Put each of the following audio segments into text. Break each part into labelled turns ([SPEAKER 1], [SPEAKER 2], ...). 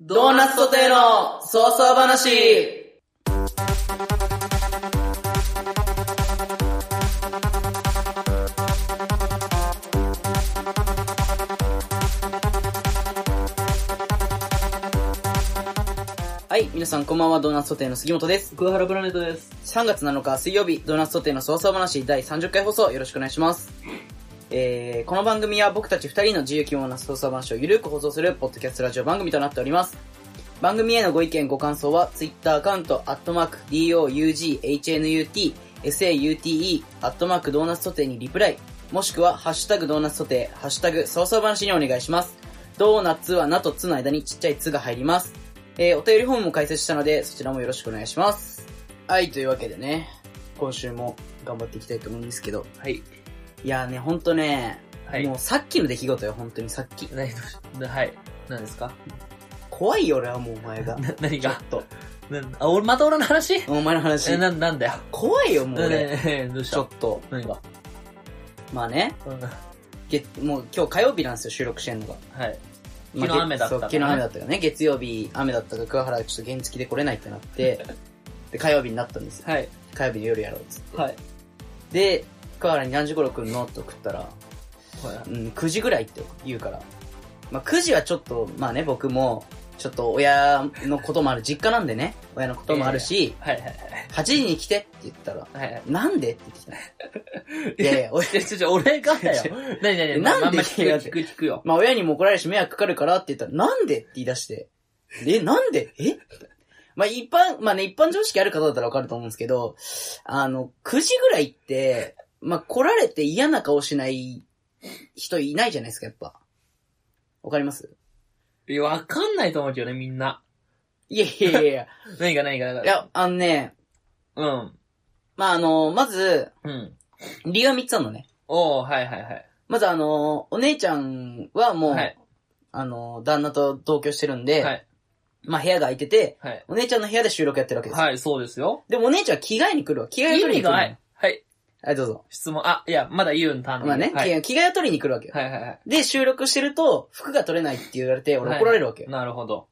[SPEAKER 1] ドーナツソテーの早々話はい、皆さんこんばんは、ドーナツソテーの杉本です。
[SPEAKER 2] 桑原プラネットです。
[SPEAKER 1] 3月7日水曜日、ドーナツソテーの早々話第30回放送よろしくお願いします。えー、この番組は僕たち2人の自由気まな早々話をゆるく放送するポッドキャストラジオ番組となっております。番組へのご意見ご感想は、Twitter アカウント、アットマーク、DOUGHNUT、SAUTE、アットマークドーナツソテーにリプライ、もしくは、ハッシュタグドーナツソテー、ハッシュタグ早々話にお願いします。ドーナツはなとつの間にちっちゃいつが入ります。えー、お便りフォームも解説したので、そちらもよろしくお願いします。はい、というわけでね、今週も頑張っていきたいと思うんですけど、
[SPEAKER 2] はい。
[SPEAKER 1] いやーね、ほんとね、
[SPEAKER 2] はい
[SPEAKER 1] も。うさっきの出来事よ、本当にさっき。
[SPEAKER 2] 何どうしなはい。何ですか
[SPEAKER 1] 怖いよ、俺はもうお前が。
[SPEAKER 2] な何
[SPEAKER 1] ちょ
[SPEAKER 2] が
[SPEAKER 1] っと。
[SPEAKER 2] なあ、俺、また俺の話
[SPEAKER 1] お前の話
[SPEAKER 2] え、。な、なんだよ。
[SPEAKER 1] 怖いよ、もう俺。
[SPEAKER 2] え、 どうし
[SPEAKER 1] ちょ
[SPEAKER 2] た
[SPEAKER 1] っと。
[SPEAKER 2] 何が
[SPEAKER 1] まあね、
[SPEAKER 2] うんは
[SPEAKER 1] 月もう今日火曜日なんですよ、収録してんのが。
[SPEAKER 2] い。
[SPEAKER 1] まあ
[SPEAKER 2] 昨日雨だった
[SPEAKER 1] そう
[SPEAKER 2] からね
[SPEAKER 1] 昨日雨だったからね。月曜日雨だったから桑原がちょっと原付で来れないってな って、で、火曜日になったんですよ。
[SPEAKER 2] はい。
[SPEAKER 1] 火曜日の夜やろうっつっ
[SPEAKER 2] はい。
[SPEAKER 1] て。で、桑原に何時頃来るのって送ったら、うん、9時ぐらいって言うから。まあ、9時はちょっと、まあね、僕も、ちょっと親のこともある、実家なんでね、親のこともあるし、
[SPEAKER 2] はい。はい。
[SPEAKER 1] 8時に来てって言ったら、
[SPEAKER 2] はい。はい。
[SPEAKER 1] なんでって来た。いやいや、親
[SPEAKER 2] え、 ちょ、ちょ、俺がだよ
[SPEAKER 1] ちょ。
[SPEAKER 2] 何何何
[SPEAKER 1] なんで
[SPEAKER 2] まあまあ聞く、聞く、聞くよ。
[SPEAKER 1] まあ親にも怒られるし迷惑かかるからって言ったら、なんでって言い出して。え、なんでえまあ一般、まあね、一般常識ある方だったらわかると思うんですけど、あの、9時ぐらいって、まあ来られて嫌な顔しない人いないじゃないですか、やっぱ。わかります
[SPEAKER 2] いや、わかんないと思うけどね、みんな。
[SPEAKER 1] いやいやいやいや。
[SPEAKER 2] 何が何が何が
[SPEAKER 1] いや、あのね、
[SPEAKER 2] うん。
[SPEAKER 1] まああの、まず、
[SPEAKER 2] うん。
[SPEAKER 1] 理由は3つあるのね。
[SPEAKER 2] おー、はいはいはい。
[SPEAKER 1] まずあの、お姉ちゃんはもう、
[SPEAKER 2] はい。
[SPEAKER 1] あの、旦那と同居してるんで、
[SPEAKER 2] はい。
[SPEAKER 1] まあ部屋が空いてて、
[SPEAKER 2] はい。
[SPEAKER 1] お姉ちゃんの部屋で収録やってるわけですよ。
[SPEAKER 2] はい、そうですよ。
[SPEAKER 1] でもお姉ちゃんは着替えに来るわ。着替えを
[SPEAKER 2] 意
[SPEAKER 1] 取り
[SPEAKER 2] 味
[SPEAKER 1] に来
[SPEAKER 2] が
[SPEAKER 1] るの
[SPEAKER 2] な
[SPEAKER 1] よ
[SPEAKER 2] い。はい。
[SPEAKER 1] はい、どうぞ。
[SPEAKER 2] 質問、あ、いや、まだ言うん、単に
[SPEAKER 1] まあね、
[SPEAKER 2] はい。
[SPEAKER 1] 着替えを取りに来るわけよ。
[SPEAKER 2] はいはいはい。
[SPEAKER 1] で、収録してると、服が取れないって言われて、俺怒られるわけよ。
[SPEAKER 2] なるほど。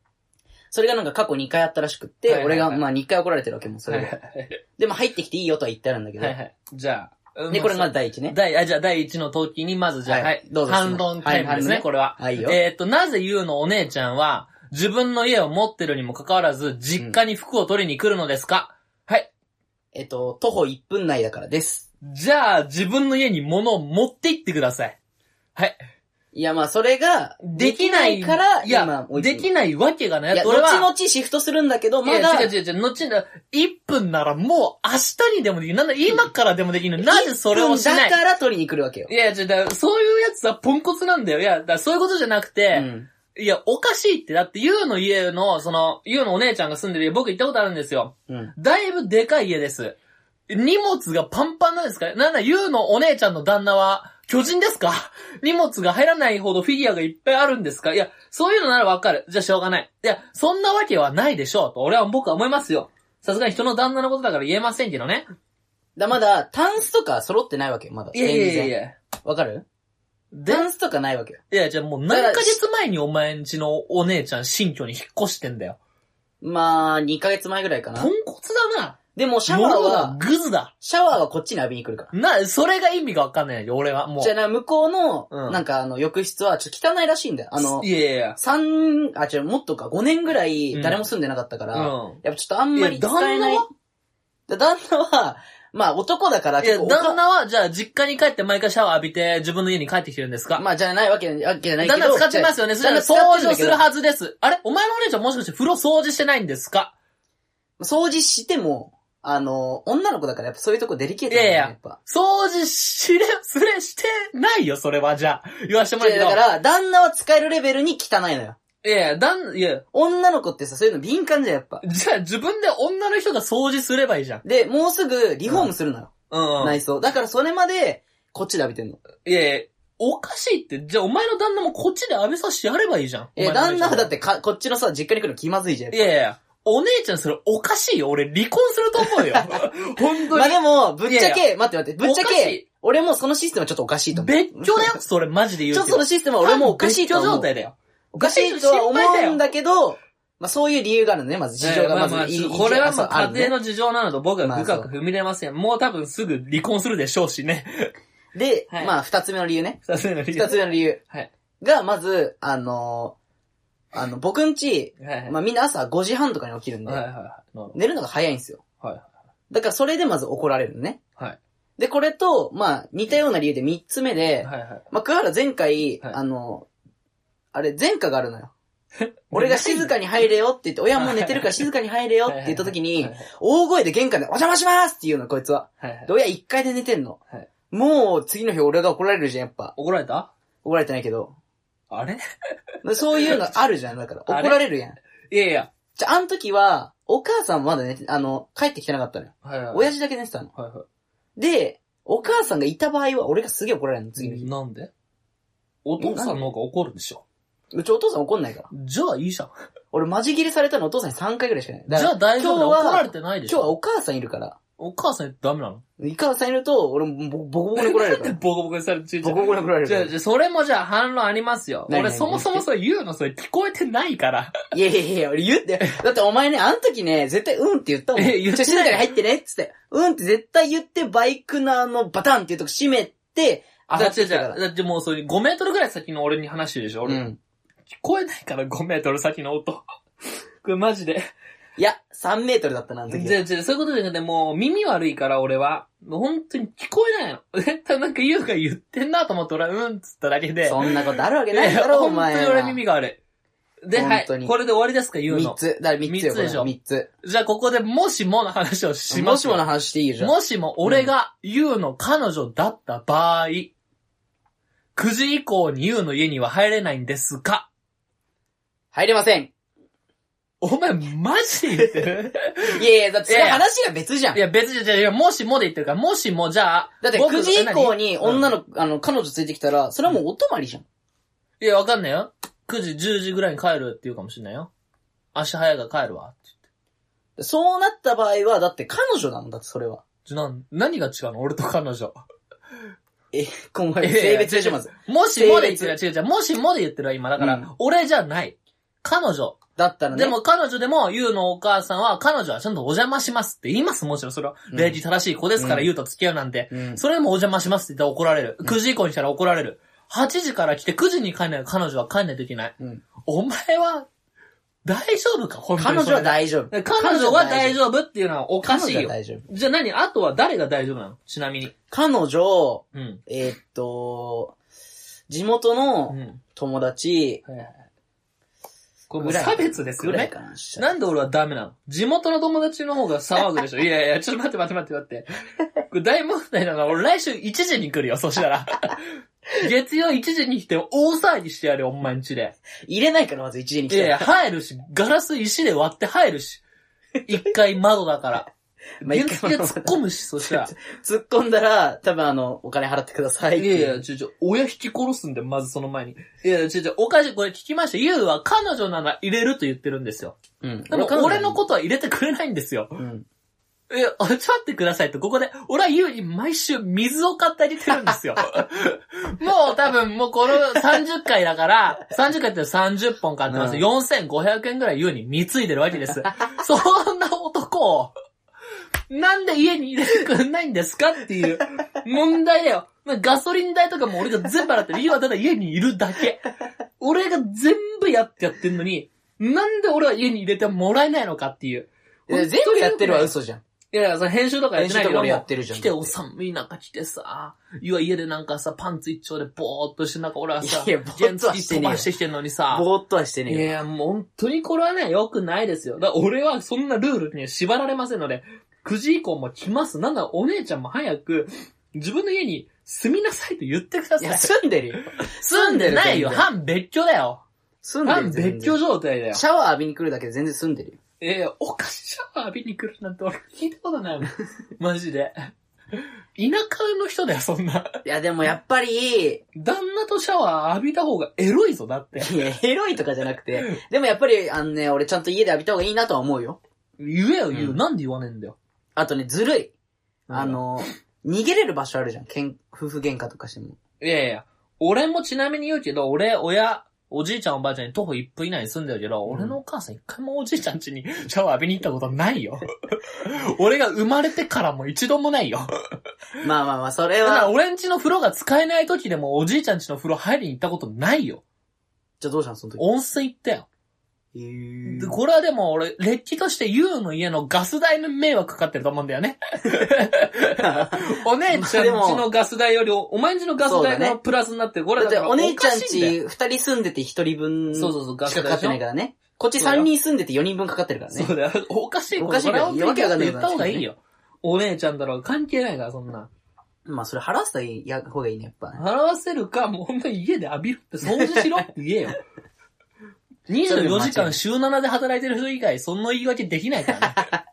[SPEAKER 1] それがなんか過去2回あったらしくっ
[SPEAKER 2] はい
[SPEAKER 1] て、
[SPEAKER 2] はい
[SPEAKER 1] 俺が
[SPEAKER 2] はい
[SPEAKER 1] まあ2回怒られてるわけも、そ
[SPEAKER 2] は
[SPEAKER 1] れ
[SPEAKER 2] いは
[SPEAKER 1] で。
[SPEAKER 2] い
[SPEAKER 1] でも入ってきていいよとは言ってあるんだけど
[SPEAKER 2] は。いはい。じゃあ。
[SPEAKER 1] で、これが
[SPEAKER 2] 第
[SPEAKER 1] 第一ね。
[SPEAKER 2] 第、あ、じゃあ第一の時に、まずじゃあ、
[SPEAKER 1] はい
[SPEAKER 2] はい。
[SPEAKER 1] どうぞ
[SPEAKER 2] 反論タイ
[SPEAKER 1] はい
[SPEAKER 2] ムです
[SPEAKER 1] 反論ね
[SPEAKER 2] ね、これは。
[SPEAKER 1] はいいいよ。
[SPEAKER 2] えーっと、なぜ言うのお姉ちゃんは、自分の家を持ってるにもかかわらず、実家に服を取りに来るのですかはい。
[SPEAKER 1] えっと、徒歩1分内だからです。
[SPEAKER 2] じゃあ、自分の家に物を持って行ってください。はい。
[SPEAKER 1] いや、まあそれが、
[SPEAKER 2] できない。
[SPEAKER 1] から、
[SPEAKER 2] い
[SPEAKER 1] 今
[SPEAKER 2] や、、
[SPEAKER 1] 追い
[SPEAKER 2] で
[SPEAKER 1] つめ
[SPEAKER 2] きないわけがない
[SPEAKER 1] い。や、
[SPEAKER 2] 俺は
[SPEAKER 1] 後々シフトするんだけど、ま
[SPEAKER 2] いや
[SPEAKER 1] だ、
[SPEAKER 2] 違う違う違う、後の、1分ならもう明日にでもできる。なんだ、今からでもできるのに。なぜそれをしな
[SPEAKER 1] だ
[SPEAKER 2] い
[SPEAKER 1] から取りに来るわけよ
[SPEAKER 2] い。や、違う、だからそういうやつはポンコツなんだよ。いや、だからそういうことじゃなく
[SPEAKER 1] う
[SPEAKER 2] て、
[SPEAKER 1] ん。
[SPEAKER 2] いや、おかしいって。だって、ゆうの家の、その、ゆうのお姉ちゃんが住んでる家、僕行ったことあるんですよ。
[SPEAKER 1] うん。
[SPEAKER 2] だいぶでかい家です。荷物がパンパンなんですかなんだ、ゆうのお姉ちゃんの旦那は、巨人ですか荷物が入らないほどフィギュアがいっぱいあるんですかいや、そういうのならわかる。じゃあしょうがない。いや、そんなわけはないでしょう、と俺は僕は思いますよ。さすがに人の旦那のことだから言えませんけどね。
[SPEAKER 1] だ、まだ、タンスとか揃ってないわけよ、まだ。
[SPEAKER 2] いやいやいや
[SPEAKER 1] 全
[SPEAKER 2] い
[SPEAKER 1] 然
[SPEAKER 2] や。
[SPEAKER 1] わかる
[SPEAKER 2] で、
[SPEAKER 1] ダンスとかないわけよ。
[SPEAKER 2] いや、じゃあもう何ヶ月前にお前んちのお姉ちゃん新居に引っ越してんだよ。
[SPEAKER 1] まあ、2ヶ月前ぐらいかな
[SPEAKER 2] ポ。ンコツだな。
[SPEAKER 1] でもシャワー
[SPEAKER 2] 物が
[SPEAKER 1] は、
[SPEAKER 2] グズだ。
[SPEAKER 1] シャワーはこっちに浴びに来るか
[SPEAKER 2] な、それが意味がわかんないよ、俺は。も
[SPEAKER 1] ら。
[SPEAKER 2] う。
[SPEAKER 1] じゃあな、向こうの、
[SPEAKER 2] うん
[SPEAKER 1] なんかあの、浴室はちょっと汚いらしいんだよ。あの
[SPEAKER 2] い、やいやいや。
[SPEAKER 1] 三あ、違う、もっとか、5年ぐらい誰も住んでなかったから、
[SPEAKER 2] うん。
[SPEAKER 1] やっぱちょっとあんまり
[SPEAKER 2] え
[SPEAKER 1] 使
[SPEAKER 2] 旦那は
[SPEAKER 1] えない。だ旦那は、まあ男だから
[SPEAKER 2] いや、
[SPEAKER 1] 結構おか
[SPEAKER 2] 旦那は、じゃあ、実家に帰って毎回シャワー浴びて、自分の家に帰ってきてるんですか、
[SPEAKER 1] まあじゃないわけわけじゃないけど。
[SPEAKER 2] 旦那使ってますよね。そしたら、掃
[SPEAKER 1] 使ってん
[SPEAKER 2] 除
[SPEAKER 1] だ
[SPEAKER 2] す
[SPEAKER 1] けど
[SPEAKER 2] るはずです。あれお前のお姉ちゃんもしかして風呂掃除してないんですか
[SPEAKER 1] 掃除しても、あの、女の子だからやっぱそういうとこデリケートなんだよ
[SPEAKER 2] い
[SPEAKER 1] ね
[SPEAKER 2] やいや
[SPEAKER 1] やっぱ。
[SPEAKER 2] 掃除しれ、 すれしてないよ、それは。じゃあ、言わしてもらう
[SPEAKER 1] い
[SPEAKER 2] け
[SPEAKER 1] やだ
[SPEAKER 2] ど。
[SPEAKER 1] から、旦那は使えるレベルに汚いのよ。
[SPEAKER 2] いやいや、旦、いや、
[SPEAKER 1] 女の子ってさ、そういうの敏感じゃん、やっぱ。
[SPEAKER 2] じゃあ自分で女の人が掃除すればいいじゃん。
[SPEAKER 1] で、もうすぐリフォームするのよ。
[SPEAKER 2] うん、うん。
[SPEAKER 1] 内装。だからそれまで、こっちで浴びてんの。
[SPEAKER 2] いやいや、おかしいって、じゃあお前の旦那もこっちで浴びさせてやればいいじゃん。。
[SPEAKER 1] え、旦那はだっててか、こっちのさ、実家に来るの気まずいじゃん
[SPEAKER 2] い。やいや、お姉ちゃんそれおかしいよ。俺離婚すると思うよ。本当
[SPEAKER 1] まあ
[SPEAKER 2] に。
[SPEAKER 1] でも、ぶっちゃ
[SPEAKER 2] いや
[SPEAKER 1] け、待って待って、ぶっちゃ
[SPEAKER 2] おかし
[SPEAKER 1] け
[SPEAKER 2] い、
[SPEAKER 1] 俺もそのシステムはちょっとおかしいと思う。
[SPEAKER 2] 別居だよ。それマジで言う
[SPEAKER 1] ちょっとそのシステムは俺もおかしいと
[SPEAKER 2] 別居
[SPEAKER 1] 思
[SPEAKER 2] 状
[SPEAKER 1] う。
[SPEAKER 2] 態だよ。
[SPEAKER 1] おかしいとは思うんだけど、まあそういう理由があるのね、まず事情がま
[SPEAKER 2] まあ
[SPEAKER 1] ず、
[SPEAKER 2] まあ、
[SPEAKER 1] いい
[SPEAKER 2] これは
[SPEAKER 1] そう
[SPEAKER 2] ま
[SPEAKER 1] あ
[SPEAKER 2] あ
[SPEAKER 1] るね
[SPEAKER 2] 家庭の事情なのと僕は
[SPEAKER 1] まあ
[SPEAKER 2] 深く踏み出ません。もう多分すぐ離婚するでしょうしね。
[SPEAKER 1] で、
[SPEAKER 2] はい
[SPEAKER 1] まあ二つ目の理由ね。
[SPEAKER 2] 二つ目の理由。
[SPEAKER 1] 二つ目の理由
[SPEAKER 2] はい。
[SPEAKER 1] が、まず、あのーあの、僕んち、
[SPEAKER 2] はいはい。
[SPEAKER 1] まあみんな朝5時半とかに起きるんで、
[SPEAKER 2] はいはいはい。なるほど
[SPEAKER 1] 寝るのが早いんですよ。
[SPEAKER 2] はい
[SPEAKER 1] だからそれでまず怒られるのね。
[SPEAKER 2] はい。
[SPEAKER 1] で、これと、まあ似たような理由で三つ目で、
[SPEAKER 2] はいはい。
[SPEAKER 1] まあ、桑原前回、
[SPEAKER 2] はい
[SPEAKER 1] あの、あれ、前科があるのよ。俺が静かに入れよって言って、親もう寝てるから静かに入れよって言った時に
[SPEAKER 2] はいは、い
[SPEAKER 1] 大声で玄関でお邪魔しますって言うの、こいつは。
[SPEAKER 2] はいはい
[SPEAKER 1] で、。親一階で寝てんの
[SPEAKER 2] はい。
[SPEAKER 1] もう次の日俺が怒られるじゃん、やっぱ。
[SPEAKER 2] 怒られた
[SPEAKER 1] 怒られてないけど。
[SPEAKER 2] あれ
[SPEAKER 1] そういう のあるじゃん、だから。
[SPEAKER 2] あ
[SPEAKER 1] 怒
[SPEAKER 2] れ
[SPEAKER 1] られるやん。
[SPEAKER 2] いやいや。
[SPEAKER 1] じゃ、あの時は、お母さんまだ寝て、あの、帰ってきてなかったのよ。
[SPEAKER 2] はいはい。
[SPEAKER 1] 親父だけ寝てたの。
[SPEAKER 2] はいは
[SPEAKER 1] で、お母さんがいた場合は、俺がすげえ怒られるの、次の
[SPEAKER 2] い。
[SPEAKER 1] 日。
[SPEAKER 2] なんでお父さんの方が怒るでしょ。
[SPEAKER 1] うちお父さん怒んないから。
[SPEAKER 2] じゃあいいじゃん。
[SPEAKER 1] 俺マジ切れされたのお父さんに3回ぐらいしかない。
[SPEAKER 2] じゃあ大丈夫だよ。
[SPEAKER 1] 今日は
[SPEAKER 2] 怒られてないで
[SPEAKER 1] 今
[SPEAKER 2] し
[SPEAKER 1] 日は
[SPEAKER 2] ょ。
[SPEAKER 1] お母さんいるから。
[SPEAKER 2] お母さんダメなの
[SPEAKER 1] お母さんいると、俺もボボコボコに怒られるから。
[SPEAKER 2] ボコボコにされてる。
[SPEAKER 1] ボコボコに怒られる
[SPEAKER 2] じ
[SPEAKER 1] か
[SPEAKER 2] ゃ
[SPEAKER 1] ら
[SPEAKER 2] あ、。じゃあそれもじゃあ反論ありますよ。
[SPEAKER 1] 何
[SPEAKER 2] 俺
[SPEAKER 1] 何
[SPEAKER 2] そもそもそう言うのそれ聞こえてないから。
[SPEAKER 1] いやいやいや、俺言って、だってお前ね、あの時ね、絶対うんって言ったもん。
[SPEAKER 2] え言ってない
[SPEAKER 1] ちょ静かに入ってねっつって。うんって絶対言って、バイクのあの、バタンっていうとこ閉めて、
[SPEAKER 2] あ、
[SPEAKER 1] 上
[SPEAKER 2] だ
[SPEAKER 1] が
[SPEAKER 2] っ
[SPEAKER 1] って
[SPEAKER 2] て
[SPEAKER 1] きたから
[SPEAKER 2] だってもうそれ5メートルぐらい先の俺に話してるでしょ
[SPEAKER 1] う
[SPEAKER 2] 俺、聞
[SPEAKER 1] ん。
[SPEAKER 2] こえないから5メートル先の音。これマジで。
[SPEAKER 1] いや、3メートルだったな、あの時
[SPEAKER 2] じゃあじゃあそういうことじゃなくて、もう耳悪いから俺は、もう本当に聞こえないの。絶対なんか言うが言ってんなと思って俺はうんっつっただけで。
[SPEAKER 1] そんなことあるわけないだろ、お前
[SPEAKER 2] 本
[SPEAKER 1] は。
[SPEAKER 2] 当に俺耳が悪い。で、は
[SPEAKER 1] 本
[SPEAKER 2] い
[SPEAKER 1] 当に。
[SPEAKER 2] これで終わりですか言う
[SPEAKER 1] 3
[SPEAKER 2] の。
[SPEAKER 1] つ。だから3つよ、
[SPEAKER 2] 三つでしょ
[SPEAKER 1] これ3つ。
[SPEAKER 2] じゃあここでもしもの話をしま
[SPEAKER 1] も
[SPEAKER 2] す
[SPEAKER 1] し
[SPEAKER 2] よ
[SPEAKER 1] もの話していいよ、じゃん。
[SPEAKER 2] もしも俺がユウの彼女だった場合、9時以降にユウの家には入れないんですか
[SPEAKER 1] 入れません。
[SPEAKER 2] お前マジで言ってる
[SPEAKER 1] いやいや、だってそれ話が別じゃん
[SPEAKER 2] い。や別に、じゃあいやもしもで言ってるから、もしもじゃあ、
[SPEAKER 1] だって
[SPEAKER 2] 僕
[SPEAKER 1] 9時以降に女、
[SPEAKER 2] 何
[SPEAKER 1] の、あの、彼女ついてきたら、それはもうお泊まりじゃん。
[SPEAKER 2] うんいやわかんないよ。9時、10時ぐらいに帰るって言うかもしれないよ。足早いが帰るわって
[SPEAKER 1] そうなった場合は、だって彼女なんだって、それは。
[SPEAKER 2] じゃあなん何が違うの俺と彼女。
[SPEAKER 1] え、今回、
[SPEAKER 2] いやいや
[SPEAKER 1] 性別でしょ、まず。
[SPEAKER 2] もしもで言ってる
[SPEAKER 1] 性
[SPEAKER 2] 違う違う、もしもで言ってるわ今。だから、
[SPEAKER 1] うん
[SPEAKER 2] 俺じゃない。彼女。
[SPEAKER 1] だったらね。
[SPEAKER 2] で、も彼女でも、ゆうのお母さんは、彼女はちゃんとお邪魔しますって言います。もちろんそれは、
[SPEAKER 1] うん
[SPEAKER 2] 礼儀正しい子ですから、
[SPEAKER 1] うん
[SPEAKER 2] ゆうと付き合うなんて。
[SPEAKER 1] うん。
[SPEAKER 2] それでもお邪魔しますって言ったら怒られる。9時以降にしたら怒られる。8時から来て9時に帰んない彼女は帰んないといけない。
[SPEAKER 1] うん
[SPEAKER 2] お前は、大丈夫か本当に
[SPEAKER 1] 彼女は大丈夫。
[SPEAKER 2] 彼女は大丈夫っていうのはおかしい
[SPEAKER 1] 彼女
[SPEAKER 2] よ
[SPEAKER 1] は。大丈夫。
[SPEAKER 2] じゃあ何あとは誰が大丈夫なのちなみに。
[SPEAKER 1] 彼女、
[SPEAKER 2] うん。
[SPEAKER 1] えーっと、地元
[SPEAKER 2] う
[SPEAKER 1] の
[SPEAKER 2] ん。
[SPEAKER 1] 友達
[SPEAKER 2] はいはいはい。これ
[SPEAKER 1] ぐ
[SPEAKER 2] もう
[SPEAKER 1] らい。
[SPEAKER 2] 差別ですよ
[SPEAKER 1] ぐら
[SPEAKER 2] ね
[SPEAKER 1] い。かな。し
[SPEAKER 2] なんで俺はダメなの地元の友達の方が騒ぐ でしょいやいや、ちょっと待って待って待って待って。これ大問題なのは俺来週1時に来るよ、そし たら。月曜1時に来て大騒ぎしてやるよ、お前んちで。
[SPEAKER 1] 入れないから、まず一時に
[SPEAKER 2] い
[SPEAKER 1] 来
[SPEAKER 2] やい
[SPEAKER 1] て。
[SPEAKER 2] や、入るし、ガラス石で割って入るし。一回窓だから。
[SPEAKER 1] まあ
[SPEAKER 2] 原
[SPEAKER 1] 一
[SPEAKER 2] 付
[SPEAKER 1] 回
[SPEAKER 2] で
[SPEAKER 1] 窓だ
[SPEAKER 2] 突っ込むし、そしたら。
[SPEAKER 1] 突っ込んだら、多分あの、お金払ってくださいっ
[SPEAKER 2] い
[SPEAKER 1] ていう。
[SPEAKER 2] やいや、ちょちょ、親引き殺すんで、まずその前に。いやいや、ちょちょ、おかしい、これ聞きました。ゆうは彼女なら入れると言ってるんですよ。
[SPEAKER 1] うん。
[SPEAKER 2] でも俺のことは入れてくれないんですよ。
[SPEAKER 1] うん。
[SPEAKER 2] え、ちょっと待ってくださいと、ここで、俺は優に毎週水を買ってあげてるんで すよ。もう多分、もうこの30回だから、30回って30本買ってます。
[SPEAKER 1] うん
[SPEAKER 2] 4500円ぐらい優に貢いでるわけ です。そんな男を、なんで家に入れてくんないんですかっていう問題だよ。ガソリン代とかも俺が全部払ってる。優はただ家にいるだけ。俺が全部やってやってんのに、なんで俺は家に入れてもらえないのかっていう。
[SPEAKER 1] いや全部やってるは嘘じゃん。
[SPEAKER 2] いや、だからその編集とかやってないけど
[SPEAKER 1] 編集とか
[SPEAKER 2] も
[SPEAKER 1] 俺やってるじゃん
[SPEAKER 2] 来て、お寒い中来てさ、ゆは家でなんかさ、パンツ一丁でぼーっとして、なんか俺はさ、
[SPEAKER 1] いやぼーっとはしてねえよ
[SPEAKER 2] 原付飛ばしてきてんのにさ、
[SPEAKER 1] ぼーっとはして
[SPEAKER 2] い
[SPEAKER 1] ねえよ。
[SPEAKER 2] や、もう本当にこれはね、良くないですよ。だから俺はそんなルールに縛られませんので、9時以降も来ます。なんだ、お姉ちゃんも早く、自分の家に住みなさいと言ってくだ
[SPEAKER 1] い
[SPEAKER 2] さい
[SPEAKER 1] や、。住んでるよ。
[SPEAKER 2] 住んでないよ。
[SPEAKER 1] 全然
[SPEAKER 2] 半別居だよ。
[SPEAKER 1] 住んでる
[SPEAKER 2] 半
[SPEAKER 1] よ。
[SPEAKER 2] 別
[SPEAKER 1] 全然
[SPEAKER 2] 居状態だよ。
[SPEAKER 1] シャワー浴びに来るだけで全然住んでるよ。
[SPEAKER 2] ええお菓子シャワー浴びに来るなんて俺聞いたことないもん。 マジで。田舎の人だよ、そん な。
[SPEAKER 1] いや、でもやっぱり、
[SPEAKER 2] 旦那とシャワー浴びた方がエロいぞ、だって。
[SPEAKER 1] いや、 エロいとかじゃなくて、でもやっぱり、あのね、俺ちゃんと家で浴びた方がいいなとは思うよ。
[SPEAKER 2] 言えよ、言う。
[SPEAKER 1] うん
[SPEAKER 2] なんで言わねえんだよ。
[SPEAKER 1] あとね、ずるい。あ、の、逃げれる場所あるじゃん。けん夫婦喧嘩とかしても。
[SPEAKER 2] いやいや、俺もちなみに言うけど、俺、親、おじいちゃんおばあちゃんに徒歩1分以内に住んでるけど、俺のお母さん一回もおじいちゃん家に シャワー浴びに行ったことない よ。俺が生まれてからも一度もないよ。
[SPEAKER 1] まあまあまあ、それ
[SPEAKER 2] だから
[SPEAKER 1] は、
[SPEAKER 2] 俺ん家の風呂が使えない時でもおじいちゃん家の風呂入りに行ったことないよ。
[SPEAKER 1] じゃあどうしたのその時。
[SPEAKER 2] 温泉行ったよ。
[SPEAKER 1] え
[SPEAKER 2] で
[SPEAKER 1] ー
[SPEAKER 2] これはでも俺、れっきとしてユウの家のガス代の迷惑かかってると思うんだ よね。お姉ちゃん家のガス代よりお、お前ん家のガス代
[SPEAKER 1] そうだ
[SPEAKER 2] の
[SPEAKER 1] ね
[SPEAKER 2] プラスになって、これ
[SPEAKER 1] だっ
[SPEAKER 2] だか
[SPEAKER 1] て
[SPEAKER 2] ら
[SPEAKER 1] お姉ちゃん
[SPEAKER 2] おかしいだよ
[SPEAKER 1] ち二人住んでて一人分し
[SPEAKER 2] そうそうそう、ガス
[SPEAKER 1] か
[SPEAKER 2] 代
[SPEAKER 1] かってないからね。こっち三人住んでて四人分かかってるからね
[SPEAKER 2] そ。うだよ。おかしい。
[SPEAKER 1] おかしい
[SPEAKER 2] これ
[SPEAKER 1] から
[SPEAKER 2] は本当に
[SPEAKER 1] いやわけわかんない
[SPEAKER 2] 言った方がいいよ。お姉ちゃんだろう。関係ないから、そんな。
[SPEAKER 1] まあそれ払わせたらいいや方がいいね、やっぱね。
[SPEAKER 2] 払わせるか、もう本当に家で浴びるって掃除しろって言え よ。24時間週7で働いてる人以外、そんな言い訳できないからね。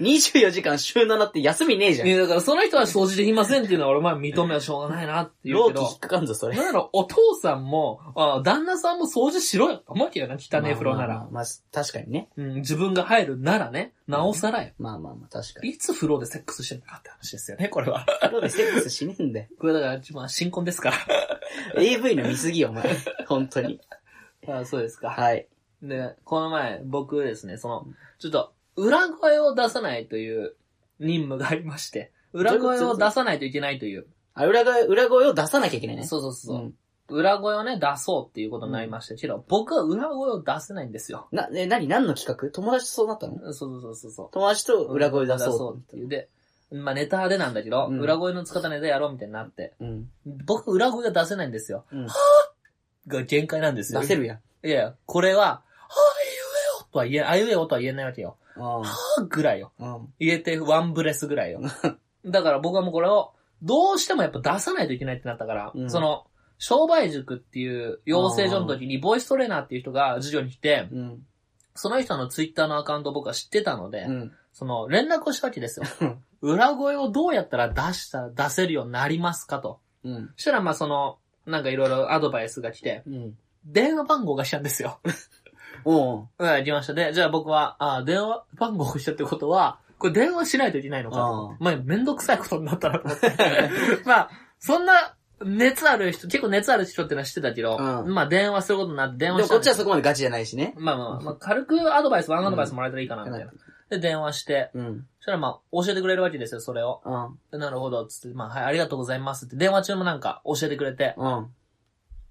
[SPEAKER 1] 24時間週7って休みねえじゃん。
[SPEAKER 2] ねだからその人は掃除できませんっていうのは俺まあ認めはしょうがないなって言う
[SPEAKER 1] 納期
[SPEAKER 2] けど。
[SPEAKER 1] 引っかかんぞ、それ。
[SPEAKER 2] なんだろう、お父さんも、あ旦那さんも掃除しろよ。思うけどな、汚い風
[SPEAKER 1] ま
[SPEAKER 2] 呂な
[SPEAKER 1] あまあ
[SPEAKER 2] ら。
[SPEAKER 1] まあまあ、確かにね。
[SPEAKER 2] うん、自分が入るならね、なおさらよ。
[SPEAKER 1] まあまあまあ、確かに。
[SPEAKER 2] いつ風呂でセックスしてんだかって話ですよね、これは。
[SPEAKER 1] 風呂でセックスしねえんだよ。
[SPEAKER 2] これだから、まあ、新婚ですから。
[SPEAKER 1] AV の見過ぎよ、お前。本当に。
[SPEAKER 2] あそうですか。
[SPEAKER 1] はい。
[SPEAKER 2] で、この前、僕ですね、その、ちょっと、裏声を出さないという任務がありまして、裏声を出さないといけないという。
[SPEAKER 1] あ、裏声、裏声を出さなきゃいけないね。
[SPEAKER 2] そうそうそう。
[SPEAKER 1] ん
[SPEAKER 2] 裏声をね、出そうっていうことになりましたけど、僕は裏声を出せないんですよ。
[SPEAKER 1] な、え、何何の企画友達とそうなったの
[SPEAKER 2] そうそうそうそうそう。
[SPEAKER 1] 友達と裏声出そう
[SPEAKER 2] っていう。で、まあネタでなんだけど、
[SPEAKER 1] うん
[SPEAKER 2] 裏声の使ったネタやろうみたいになって。
[SPEAKER 1] うん。
[SPEAKER 2] 僕、裏声が出せないんですよ。
[SPEAKER 1] うん。
[SPEAKER 2] が限界なんですよ。
[SPEAKER 1] 出せるやん。
[SPEAKER 2] いやいや、これは、あいうえおとは言え、あいうえおとは言えないわけよ。
[SPEAKER 1] う
[SPEAKER 2] あぐらいよ。
[SPEAKER 1] ん。うん。
[SPEAKER 2] 言えてワンブレスぐらいよ。だから僕はもうこれを、どうしてもやっぱ出さないといけないってなったから、
[SPEAKER 1] うん
[SPEAKER 2] その、商売塾っていう養成所の時にボイストレーナーっていう人が授業に来て、
[SPEAKER 1] うん。
[SPEAKER 2] その人のツイッターのアカウントを僕は知ってたので、
[SPEAKER 1] うん。
[SPEAKER 2] その連絡をしたわ けですよ
[SPEAKER 1] うん。
[SPEAKER 2] 裏声をどうやったら出した、出せるようになりますかと。
[SPEAKER 1] うん。
[SPEAKER 2] そしたらまあその、なんかいろいろアドバイスが来て、
[SPEAKER 1] うん。
[SPEAKER 2] 電話番号がしたんですよ。
[SPEAKER 1] おう
[SPEAKER 2] うん、来ました。で、じゃあ僕は、あ電話番号をしたってことは、これ電話しないといけないのかと
[SPEAKER 1] あ。
[SPEAKER 2] まあ、めんどくさいことになったなと思って。 まあ、そんな、熱ある人、結構熱ある人ってのは知ってたけど、
[SPEAKER 1] うん
[SPEAKER 2] まあ電話することになって電
[SPEAKER 1] で
[SPEAKER 2] 話
[SPEAKER 1] も
[SPEAKER 2] した
[SPEAKER 1] こ
[SPEAKER 2] ん
[SPEAKER 1] っちはそこまでガチじゃないしね。
[SPEAKER 2] まあまあまあ、まあ、軽くアドバイス、ワンアドバイスもらえたらいいかな、みたいな。で、電話して、
[SPEAKER 1] うん。
[SPEAKER 2] そしたらまあ、教えてくれるわけですよ、それを。
[SPEAKER 1] うん。
[SPEAKER 2] なるほど、つって、まあ、はい、ありがとうございますって、電話中もなんか教えてくれて、
[SPEAKER 1] うん。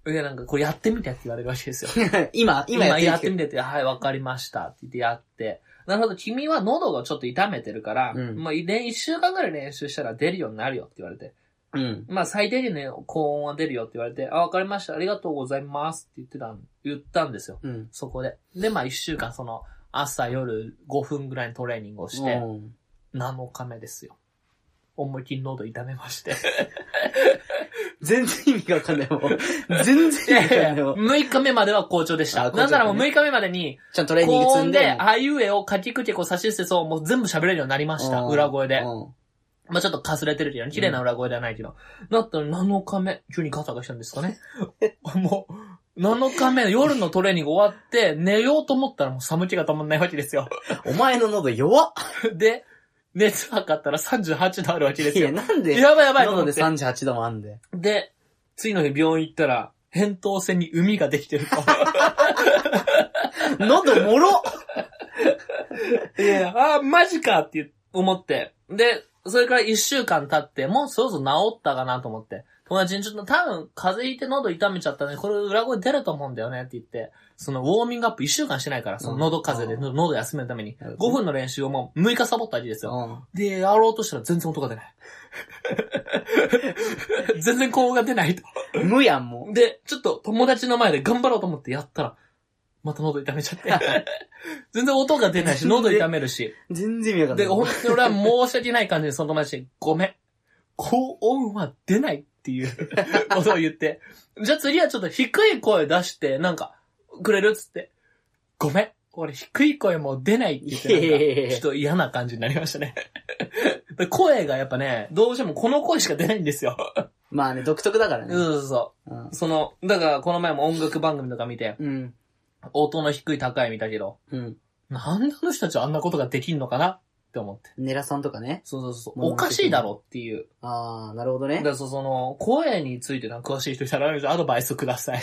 [SPEAKER 2] いや、なんかこれやってみてって言われるわけですよ。
[SPEAKER 1] 今、
[SPEAKER 2] 今
[SPEAKER 1] 今やって
[SPEAKER 2] や
[SPEAKER 1] や
[SPEAKER 2] ってみてて、はい、わかりました。って言ってやって。なるほど、君は喉がちょっと痛めてるから、
[SPEAKER 1] うん
[SPEAKER 2] まあ、ね、一週間ぐらい練習したら出るようになるよって言われて。
[SPEAKER 1] うん。
[SPEAKER 2] まあ、最低限の高音は出るよって言われて、あ、わかりました。ありがとうございます。って言ってたん、言ったんですよ。
[SPEAKER 1] うん。
[SPEAKER 2] そこで。で、まあ、一週間、その、朝夜5分ぐらいのトレーニングをして、
[SPEAKER 1] うん
[SPEAKER 2] 7日目ですよ。思いっきり喉痛め まして。
[SPEAKER 1] 全然意味がわかんないもん。全
[SPEAKER 2] い
[SPEAKER 1] 然意
[SPEAKER 2] や
[SPEAKER 1] 味がわかん
[SPEAKER 2] い
[SPEAKER 1] ない
[SPEAKER 2] や
[SPEAKER 1] もん。
[SPEAKER 2] 6日目までは好調でし
[SPEAKER 1] あ
[SPEAKER 2] た。
[SPEAKER 1] 好調だ
[SPEAKER 2] な
[SPEAKER 1] っ
[SPEAKER 2] ん
[SPEAKER 1] た
[SPEAKER 2] な
[SPEAKER 1] ね
[SPEAKER 2] らもう6日目までに、
[SPEAKER 1] ちゃんとトレーニング
[SPEAKER 2] 高
[SPEAKER 1] 積
[SPEAKER 2] 音
[SPEAKER 1] ん
[SPEAKER 2] で、
[SPEAKER 1] で。
[SPEAKER 2] あいうえをかきくけこさしすせそうもう全部喋れるようになりました。
[SPEAKER 1] うん
[SPEAKER 2] 裏声で。
[SPEAKER 1] うん
[SPEAKER 2] まあちょっとかすれてるけどね、綺麗な裏声ではないけど。だったら7日目、急にガタがしたんですかね。 もう、7日目の夜のトレーニング終わって、寝ようと思ったらもう寒気が止まんないわけですよ。
[SPEAKER 1] お前の喉弱っ
[SPEAKER 2] で、熱測ったら38度あるわけです
[SPEAKER 1] いや、
[SPEAKER 2] よ。
[SPEAKER 1] なんで、
[SPEAKER 2] やばいやばいと思
[SPEAKER 1] 喉で
[SPEAKER 2] って。
[SPEAKER 1] 38度もあんで。
[SPEAKER 2] で、次の日病院行ったら、扁桃腺に膿ができてると。
[SPEAKER 1] 喉もろ
[SPEAKER 2] いやい や、あーマジかって思って。で、それから一週間経って、もうそろそろ治ったかなと思って。友達にちょっと多分風邪ひいて喉痛めちゃったね。これ裏声出ると思うんだよねって言って、そのウォーミングアップ一週間してないから、その喉風邪で喉休めるために。
[SPEAKER 1] なるほど
[SPEAKER 2] 5分の練習をもう6日サボったわけですよ。
[SPEAKER 1] う
[SPEAKER 2] で、やろうとしたら全然音が出ない。全然高音が出ないと。
[SPEAKER 1] ん。無やん、も
[SPEAKER 2] で、ちょっと友達の前で頑張ろうと思ってやったら、また喉痛めちゃって。全然音が出ないし、喉痛めるし。
[SPEAKER 1] う。全然意味わかんな
[SPEAKER 2] で、
[SPEAKER 1] い。
[SPEAKER 2] 本当に俺は申し訳ない感じでその友達に、ごめん。高音は出ないっていうことを言って、じゃあ次はちょっと低い声出して、なんか、くれるっつって、ごめん。俺低い声も出ないって言っ
[SPEAKER 1] いやいやいや
[SPEAKER 2] てないん
[SPEAKER 1] や
[SPEAKER 2] か、ちょっと嫌な感じになりましたね。で声がやっぱね、どうしてもこの声しか出ないんですよ。
[SPEAKER 1] まあね、独特だから
[SPEAKER 2] そう
[SPEAKER 1] ね。
[SPEAKER 2] そうそ
[SPEAKER 1] うん
[SPEAKER 2] う。その、だからこの前も音楽番組とか見て、
[SPEAKER 1] うん。
[SPEAKER 2] 音の低い高い見たけど、
[SPEAKER 1] うん。
[SPEAKER 2] なんであの人たちはあんなことができんのかなっって思って。
[SPEAKER 1] ネラさんとかね。
[SPEAKER 2] そうそうそう。
[SPEAKER 1] もう
[SPEAKER 2] おかしいだろっていう。
[SPEAKER 1] あー、なるほど
[SPEAKER 2] だ
[SPEAKER 1] ね
[SPEAKER 2] か。らそうその、声についてなんか詳しい人いたら、アドバイスくだ さい。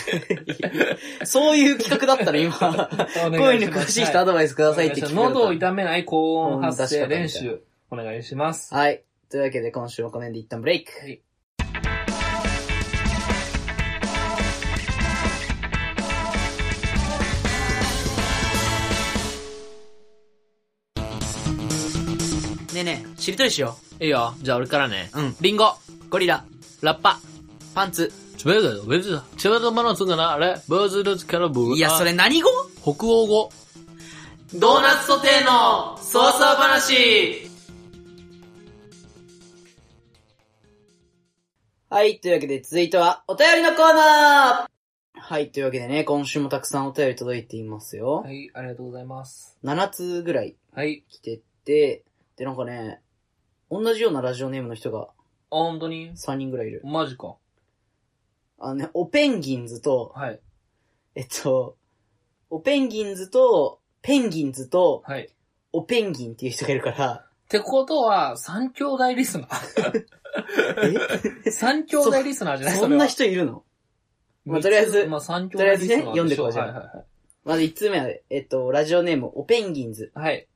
[SPEAKER 1] そういう企画だったら今。 声に詳しい人ア
[SPEAKER 2] バイ
[SPEAKER 1] ドバイス
[SPEAKER 2] ス
[SPEAKER 1] くださいって聞
[SPEAKER 2] く
[SPEAKER 1] く。
[SPEAKER 2] 喉を痛めない高音発声練習、お願いします。
[SPEAKER 1] はい。というわけで今週はこの辺で一旦ブレイク。
[SPEAKER 2] はい
[SPEAKER 1] ねえねえ、しりとりしよ
[SPEAKER 2] いいよ。じゃあ俺からね。
[SPEAKER 1] う。うん。
[SPEAKER 2] リンゴ、
[SPEAKER 1] ゴリラ、
[SPEAKER 2] ラッパ、
[SPEAKER 1] パンツ。
[SPEAKER 2] チベルベズ、チベルマのつぐな、あれ、ブーズルチカラブー。
[SPEAKER 1] いや、それ何語
[SPEAKER 2] 北欧語。
[SPEAKER 1] ドーナツソテーの操作話はい、というわけで続いてはお便りのコーナーはい、というわけでね、今週もたくさんお便り届いていますよ。
[SPEAKER 2] はい、ありがとうございます。
[SPEAKER 1] 7つぐらい
[SPEAKER 2] はい。
[SPEAKER 1] 来てて、で、なんかね、同じようなラジオネームの人が
[SPEAKER 2] あ、本当に
[SPEAKER 1] 3人ぐらいいる。
[SPEAKER 2] マジか。
[SPEAKER 1] あのね、おペンギンズと、
[SPEAKER 2] はい。
[SPEAKER 1] えっと、おペンギンズと、ペンギンズと、
[SPEAKER 2] はい。っ
[SPEAKER 1] おペンギンっていう人がいるから、
[SPEAKER 2] てことは、三兄弟リスナー。 三兄弟リスナーじゃない
[SPEAKER 1] そ んな人いるのま
[SPEAKER 2] それは
[SPEAKER 1] あとりあえず
[SPEAKER 2] まあ三
[SPEAKER 1] と
[SPEAKER 2] 兄弟
[SPEAKER 1] りあえず
[SPEAKER 2] リス
[SPEAKER 1] ね
[SPEAKER 2] ナーでしょ。
[SPEAKER 1] 読んでこうじゃあ
[SPEAKER 2] はいはいはい
[SPEAKER 1] まず1通目は、えっと、ラジオネーム、おペンギンズ。
[SPEAKER 2] はい。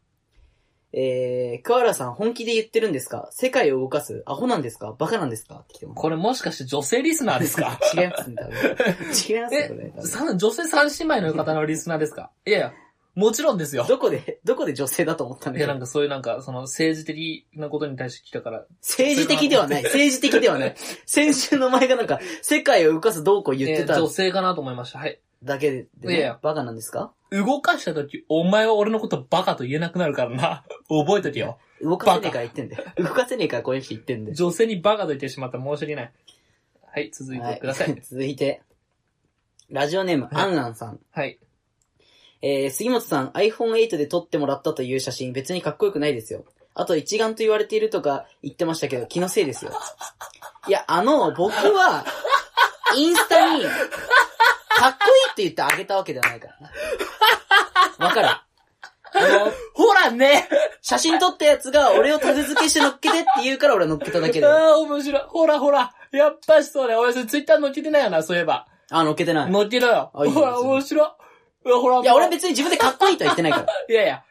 [SPEAKER 1] えー、桑原さん本気で言ってるんですか世界を動かすアホなんですかバカなんですかって来てます。
[SPEAKER 2] これもしかして女性リスナーで すか
[SPEAKER 1] 違いますね、多分。違いますね、これ
[SPEAKER 2] え
[SPEAKER 1] 多、分。
[SPEAKER 2] さ女性三姉妹の方のリスナーですかいやいや、もちろんですよ。
[SPEAKER 1] どこで、どこで女性だと思 ったん
[SPEAKER 2] い
[SPEAKER 1] だ
[SPEAKER 2] や、
[SPEAKER 1] よ
[SPEAKER 2] なんかそういうなんか、その政治的なことに対して来たから。
[SPEAKER 1] 政治的ではない、政治的ではない。先週の前がなんか、世界を動かすどうこう言って
[SPEAKER 2] え
[SPEAKER 1] た
[SPEAKER 2] ー女性かなと思いました。はい。
[SPEAKER 1] だけで、
[SPEAKER 2] いやいや
[SPEAKER 1] ね、バカなんですか
[SPEAKER 2] 動かした時、お前は俺のことバカと言えなくなるからな。 覚えとけよ。
[SPEAKER 1] 動かせねえから言ってんだよ。動かせねえからこういう人言ってんだよ。
[SPEAKER 2] 女性にバカと言ってしまったら申し訳ない。はい、続いてくださ。
[SPEAKER 1] はい い続いて、ラジオネーム、
[SPEAKER 2] はい
[SPEAKER 1] アンランさん。
[SPEAKER 2] はい。
[SPEAKER 1] えー、杉本さん、iPhone8 で撮ってもらったという写真、別にかっこよくないですよ。あと、一眼と言われているとか言ってましたけど、気のせいですよ。いや、あの、僕は、インスタに、かっこいいって言ってあげたわけではないからな。わかるあの、
[SPEAKER 2] ほらね
[SPEAKER 1] 写真撮ったやつが俺を立て付けして乗っけてって言うから俺は乗っけただけで。あ、
[SPEAKER 2] ああ、面白い。ほらほら。やっぱしそうだよ。俺、それツイッター載っけてないよな、そういえば。
[SPEAKER 1] 乗っけてない。
[SPEAKER 2] 載っけろよ。
[SPEAKER 1] あいいよ
[SPEAKER 2] ほら、面白い。うわほら、
[SPEAKER 1] いや、俺別に自分でかっこいいとは言ってないから。
[SPEAKER 2] いやいや、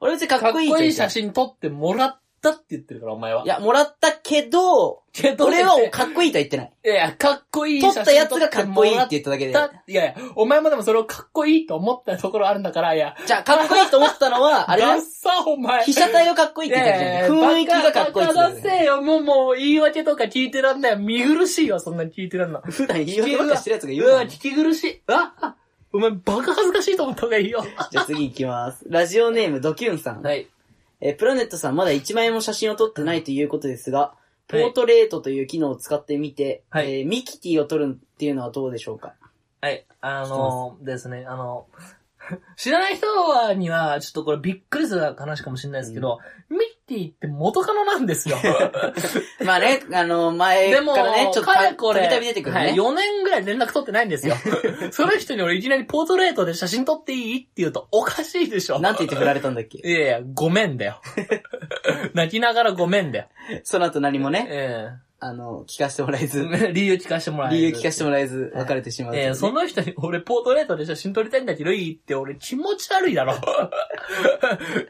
[SPEAKER 1] 俺別にかっ
[SPEAKER 2] かっ
[SPEAKER 1] こ
[SPEAKER 2] こ
[SPEAKER 1] いい
[SPEAKER 2] いい
[SPEAKER 1] とは言ってな
[SPEAKER 2] 写真撮ってもらったって言ってるから、お前は。
[SPEAKER 1] い、や、もらったけど、
[SPEAKER 2] けど
[SPEAKER 1] 俺は
[SPEAKER 2] お
[SPEAKER 1] かっこいいとは言ってない。
[SPEAKER 2] いやいや、かっこいい
[SPEAKER 1] 撮
[SPEAKER 2] 写
[SPEAKER 1] ったやつがかっこいいって
[SPEAKER 2] 言
[SPEAKER 1] 言っただけで。
[SPEAKER 2] いやいや、お前もでもそれをかっこいいと思ったところあるんだから、いや。
[SPEAKER 1] じゃあ、かっこいいと思ったの は、あれ
[SPEAKER 2] ダ
[SPEAKER 1] だ
[SPEAKER 2] ッサ、お前。
[SPEAKER 1] 被写体をかっこいい
[SPEAKER 2] い
[SPEAKER 1] って言っただけ
[SPEAKER 2] やいや
[SPEAKER 1] じゃない雰囲気がかっこいいって言
[SPEAKER 2] バカバ
[SPEAKER 1] っ
[SPEAKER 2] カ
[SPEAKER 1] ただ
[SPEAKER 2] 出
[SPEAKER 1] け
[SPEAKER 2] せよ、もう、もう、言い訳とか聞いてらんない。見苦しいわ、そんなに聞いてらんない。
[SPEAKER 1] 普段言い訳ばっかしてるやつが言う
[SPEAKER 2] うわ、
[SPEAKER 1] な
[SPEAKER 2] 聞き苦しい。あお前、バカ恥ずかしいと思った方がいいよ。
[SPEAKER 1] じゃあ次行きます。ラジオネームドキュンさん。
[SPEAKER 2] い。
[SPEAKER 1] えー、プラネットさんまだ1枚も写真を撮ってないということですが、ポ
[SPEAKER 2] はい
[SPEAKER 1] ートレートという機能を使ってみて、
[SPEAKER 2] はい
[SPEAKER 1] えーミキティを撮るっていうのはどうでしょうか
[SPEAKER 2] はい。あのー、ですね、あの、知らない人はには、ちょっとこれびっくりする話かもしれないですけど、ミッティって元カノな んですよ。
[SPEAKER 1] まあね、あの、前
[SPEAKER 2] でも、
[SPEAKER 1] からね、ちょっとた
[SPEAKER 2] かれ
[SPEAKER 1] び
[SPEAKER 2] これ、
[SPEAKER 1] たび出てくるね。
[SPEAKER 2] はい、4年ぐらい連絡取ってないんです よ。その人に俺いきなりポートレートで写真撮っていいって言うとおかしいでしょ。
[SPEAKER 1] なんて言って振られたんだっけ
[SPEAKER 2] いやいや、ごめんだ よ。泣きながらごめんだよ。
[SPEAKER 1] その後何もね、
[SPEAKER 2] え
[SPEAKER 1] あの、聞かせてもらえ
[SPEAKER 2] え
[SPEAKER 1] ず、
[SPEAKER 2] 理由聞かせてもらえる
[SPEAKER 1] 理由聞かせてもらえず、別れてしまうという
[SPEAKER 2] ええその人に俺ポートレートで写真撮りたいんだけどいいって俺気持ち悪い だろ。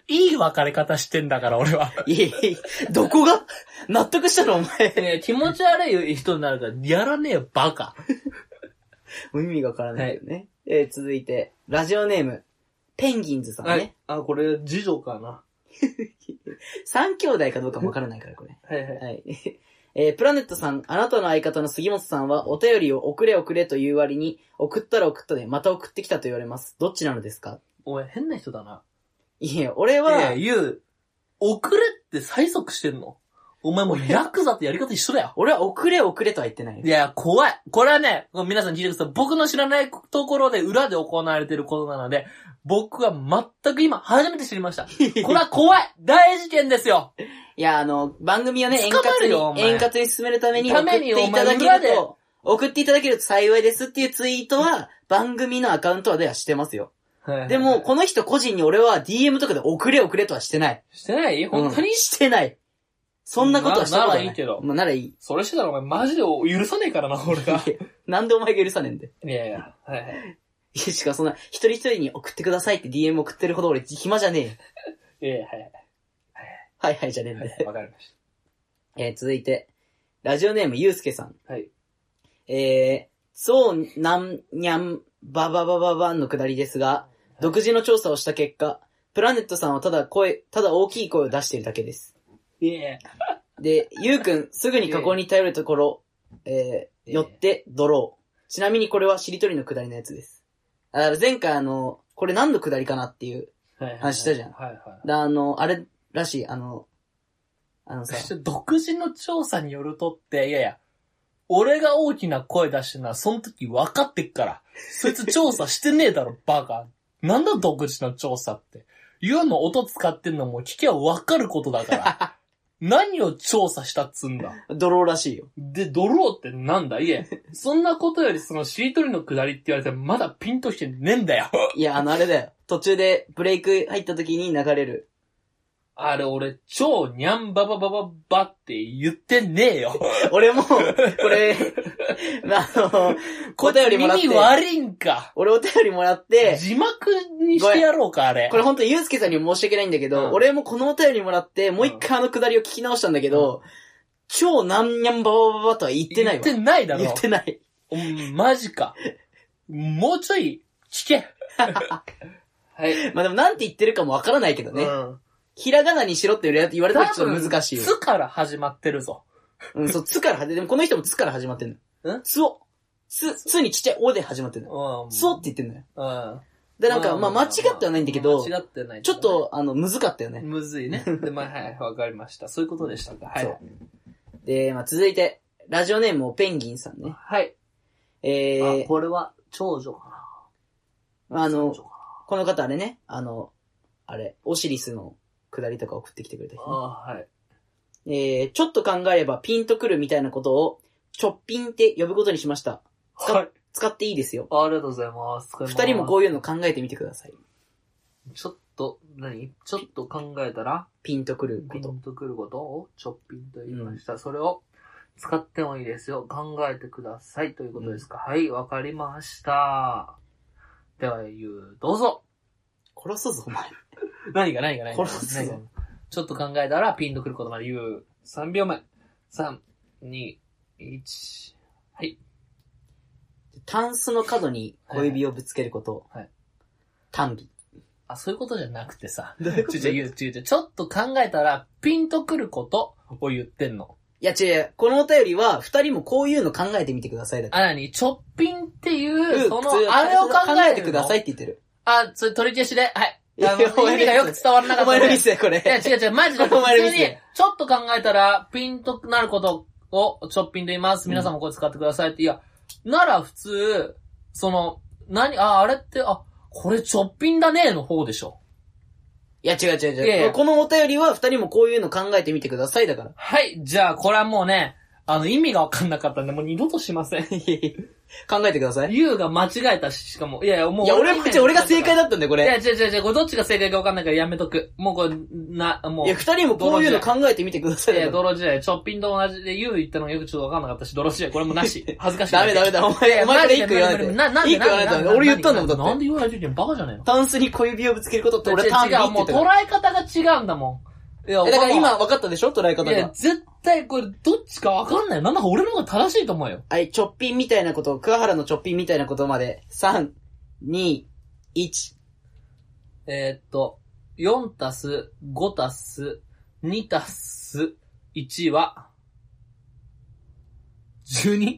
[SPEAKER 2] いい別れ方してんだから俺は。
[SPEAKER 1] いえいえ、どこが納得したのお前。
[SPEAKER 2] ええ気持ち悪い人になるからやらねえよバカ。
[SPEAKER 1] もう意味がわからないよね。えー続いて、ラジオネーム、ペンギンズさんね。。
[SPEAKER 2] あ、これ、次女かな。
[SPEAKER 1] 三兄弟かどうかもわからないから、これ。
[SPEAKER 2] はいはい。
[SPEAKER 1] はい。えープラネットさん、あなたの相方の杉本さんは、お便りを送れ送れという割に、送ったら送ったで、また送ってきたと言われます。どっちなのですか
[SPEAKER 2] お前変な人だな。
[SPEAKER 1] いや、俺
[SPEAKER 2] いや
[SPEAKER 1] は、
[SPEAKER 2] いや、ゆう、遅れって催促してんのお前もうヤクザとやり方一緒だよ。
[SPEAKER 1] 俺は送れ送れとは言ってないよ
[SPEAKER 2] い。や、怖い。これはね、皆さん聞いてください。僕の知らないところで裏で行われていることなので、僕は全く今、初めて知りま した。これは怖い大事件ですよ
[SPEAKER 1] いや、あの、番組をね、円
[SPEAKER 2] 捕まるよ
[SPEAKER 1] 滑
[SPEAKER 2] お
[SPEAKER 1] に、
[SPEAKER 2] 前
[SPEAKER 1] 円滑に進めるために送
[SPEAKER 2] た
[SPEAKER 1] っ
[SPEAKER 2] め
[SPEAKER 1] て
[SPEAKER 2] に
[SPEAKER 1] いただけ
[SPEAKER 2] お前裏
[SPEAKER 1] る
[SPEAKER 2] で
[SPEAKER 1] と、送っていただけると幸いですっていうツイートは、番組のアカウントはではしてますよ。
[SPEAKER 2] はい
[SPEAKER 1] でも、、この人個人に俺は DM とかで送れ送れとはしてない。
[SPEAKER 2] してない本当に、
[SPEAKER 1] うんしてない。そんなことはしたことない。
[SPEAKER 2] なならいいけど
[SPEAKER 1] まあならいい。
[SPEAKER 2] それしてたらお前マジで許さねえからな、俺 が。
[SPEAKER 1] なんでお前が許さねえんで。
[SPEAKER 2] いやいや。はいはい
[SPEAKER 1] いやしかもそんな、一人一人に送ってくださいって DM 送ってるほど俺暇じゃねえよ。
[SPEAKER 2] いやいや、はい
[SPEAKER 1] はいはいじゃねえん
[SPEAKER 2] はい
[SPEAKER 1] で。
[SPEAKER 2] はい。わかりまし
[SPEAKER 1] えー続いて、ラジオネームゆうすけさん。
[SPEAKER 2] た。はい。
[SPEAKER 1] えー、そうなんにゃんばばばばばんのくだりですが、独自の調査をした結果、プラネットさんはただ声、ただ大きい声を出しているだけです。
[SPEAKER 2] いやいや。
[SPEAKER 1] で、ゆうくん、すぐに加工に頼るところ、えー、よって、ドロー。ちなみにこれはしりとりのくだりのやつです。あだから前回あの、これ何のくだりかなっていう、
[SPEAKER 2] はいはいはい
[SPEAKER 1] 話したじゃん
[SPEAKER 2] はいはい。
[SPEAKER 1] だあの、あれらしい、あの、あのさ、
[SPEAKER 2] ちょ独自の調査によるとって、いやいや、俺が大きな声出してるのはその時分かってっから。そいつ調査してねえだろ、 バカ。なんだ独自の調査って。言うの音使ってんのも聞きゃ分かること だから。何を調査したっつんだ。
[SPEAKER 1] ドローらしいよ。
[SPEAKER 2] で、ドローってなんだいえ、そんなことよりそのしりとりのくだりって言われてまだピンとしてねえん だよ。
[SPEAKER 1] いや、あの、あれだよ。途中でブレイク入った時に流れる。
[SPEAKER 2] あれ俺、超にゃんばばばばばって言ってねえよ。
[SPEAKER 1] 俺も、これ、あの、お便りもらって
[SPEAKER 2] 耳、悪いんか。
[SPEAKER 1] 俺お便りもらって、
[SPEAKER 2] 字幕にしてやろうか、あれ。
[SPEAKER 1] これほんとゆうすけさんにも申し訳ないんだけど、
[SPEAKER 2] うん
[SPEAKER 1] 俺もこのお便りもらって、もう一回あのくだりを聞き直したんだけど、超なんにゃんばばばばとは言ってないわ。
[SPEAKER 2] 言ってないだろ。
[SPEAKER 1] 言ってない。
[SPEAKER 2] うんマジか。もうちょい、聞け。はい。
[SPEAKER 1] まあでもなんて言ってるかもわからないけどね。
[SPEAKER 2] うん
[SPEAKER 1] ひらがなにしろって言われたらちょっと難しいよ。
[SPEAKER 2] つから始まってるぞ。
[SPEAKER 1] うん、そう、つから始まって、でもこの人もつから始まってんの。
[SPEAKER 2] ん
[SPEAKER 1] つを。つ、つにちっちゃいおで始まってんの。
[SPEAKER 2] うん
[SPEAKER 1] つおって言ってんのよ。
[SPEAKER 2] うん。
[SPEAKER 1] で、なんか、まあ間違ってはないんだけど、
[SPEAKER 2] 間違ってはない。
[SPEAKER 1] ちょっ、と、あの、むずかったよね。
[SPEAKER 2] むずいね。で、まあ、はい、わかりました。そういうことでしたか。は
[SPEAKER 1] そう
[SPEAKER 2] い。
[SPEAKER 1] で、まあ続いて、ラジオネームをペンギンさんね。
[SPEAKER 2] はい。
[SPEAKER 1] え
[SPEAKER 2] あ
[SPEAKER 1] ー、
[SPEAKER 2] これは、長女かな。
[SPEAKER 1] あの
[SPEAKER 2] 長、女か
[SPEAKER 1] この方あれね、あの、あれ、オシリスの下りとか送ってきてくれた
[SPEAKER 2] な。
[SPEAKER 1] 人ね、
[SPEAKER 2] あはい。
[SPEAKER 1] えー、ちょっと考えればピンとくるみたいなことを、ちょっぴんって呼ぶことにしました。
[SPEAKER 2] はい。
[SPEAKER 1] 使っていいですよ。
[SPEAKER 2] ありがとうございます。使います
[SPEAKER 1] 二人もこういうの考えてみてください。
[SPEAKER 2] ちょっと、何ちょっと考えたら、
[SPEAKER 1] ピンとくるこ
[SPEAKER 2] ピ
[SPEAKER 1] と。
[SPEAKER 2] ンとくることをちょっぴんと言いました。それを使ってもいいですよ。考えてくださいということですか。はい、わかりました。では、言う、どうぞ。
[SPEAKER 1] 殺すぞ、お前。
[SPEAKER 2] 何が何が何が
[SPEAKER 1] 殺すぞ
[SPEAKER 2] 何がちょっと考えたらピンとくることまで言う。3秒前。3、2、1。
[SPEAKER 1] タンスの角に小指をぶつけること。
[SPEAKER 2] はいはい。
[SPEAKER 1] 単義。
[SPEAKER 2] あ、そういうことじゃなくてさ。
[SPEAKER 1] どう
[SPEAKER 2] ちょちょ、言うちょちょちょっと考えたらピンとくることを言ってんの。
[SPEAKER 1] いや違う違う、このお便りは、二人もこういうの考えてみてくださいだから。
[SPEAKER 2] あ、なに、ちょっぴんっていう、その
[SPEAKER 1] 普通、
[SPEAKER 2] あれを考え
[SPEAKER 1] て
[SPEAKER 2] て
[SPEAKER 1] く
[SPEAKER 2] く
[SPEAKER 1] だ
[SPEAKER 2] だ
[SPEAKER 1] さ
[SPEAKER 2] さ
[SPEAKER 1] い
[SPEAKER 2] い。
[SPEAKER 1] って言ってる。
[SPEAKER 2] あ、それ取り消しで、はい。あ
[SPEAKER 1] いやお
[SPEAKER 2] の
[SPEAKER 1] 前の
[SPEAKER 2] 意味がよく伝わらなか
[SPEAKER 1] お
[SPEAKER 2] った
[SPEAKER 1] 前
[SPEAKER 2] ん
[SPEAKER 1] の
[SPEAKER 2] で。
[SPEAKER 1] ミスだよ、こ
[SPEAKER 2] いや、
[SPEAKER 1] れ。
[SPEAKER 2] 違う違う、マジ で。
[SPEAKER 1] お前のミ
[SPEAKER 2] 普
[SPEAKER 1] ス
[SPEAKER 2] 通に、ちょっと考えたら、ピンとなることを、ちょっぴんと言います。皆さんもこれ使ってくださいって。いや、なら普通、その、何、あ、あれって、あ、これちょっぴんだねの方でしょ。
[SPEAKER 1] いや、違う違う
[SPEAKER 2] いやい
[SPEAKER 1] 違う。
[SPEAKER 2] や
[SPEAKER 1] このお便りは、二人もこういうの考えてみてくださいだから。
[SPEAKER 2] はい、じゃあ、これはもうね、あの、意味がわかんなかったんで、もう二度としませ ん。
[SPEAKER 1] 考えてください。
[SPEAKER 2] ゆうが間違えたし、しかも、いやいや、もう。
[SPEAKER 1] いや、俺も、違う俺が正解
[SPEAKER 2] だ。
[SPEAKER 1] だったんだよ、こ
[SPEAKER 2] いや、
[SPEAKER 1] れ。
[SPEAKER 2] 違う違う違う、これどっちが正解かわかんないからやめとく。もうこれ、な、もう。
[SPEAKER 1] いや、二人もこういうの考えてみてください
[SPEAKER 2] いや、
[SPEAKER 1] だから。
[SPEAKER 2] 泥時代、ちょっぴんと同じで、ゆう言ったのがよくちょっとわかんなかったし、泥時代、これも なし。恥ずかしい。
[SPEAKER 1] ダメダメダメ、お前、お前からいい句言わないで。
[SPEAKER 2] な、なん
[SPEAKER 1] いい句言わないで。俺言ったんだもん、だ
[SPEAKER 2] な
[SPEAKER 1] って。
[SPEAKER 2] んで言われてるのバカじゃねえの
[SPEAKER 1] タンスに小指をぶつけることって俺単
[SPEAKER 2] 違
[SPEAKER 1] 義って
[SPEAKER 2] う違う、
[SPEAKER 1] 言っ
[SPEAKER 2] もう
[SPEAKER 1] た
[SPEAKER 2] 捉
[SPEAKER 1] から。
[SPEAKER 2] え方が違うんだもん。いや
[SPEAKER 1] えだから今、分かったでしょ捉え方
[SPEAKER 2] いや、
[SPEAKER 1] が。
[SPEAKER 2] 絶対これ、どっちかわかんない。なんだか俺の方が正しいと思うよ。
[SPEAKER 1] はい、ちょっぴんみたいなこと、桑原のちょっぴんみたいなことまで、3、2、1。
[SPEAKER 2] えーっと、4たす、5たす、2たす、1は、12?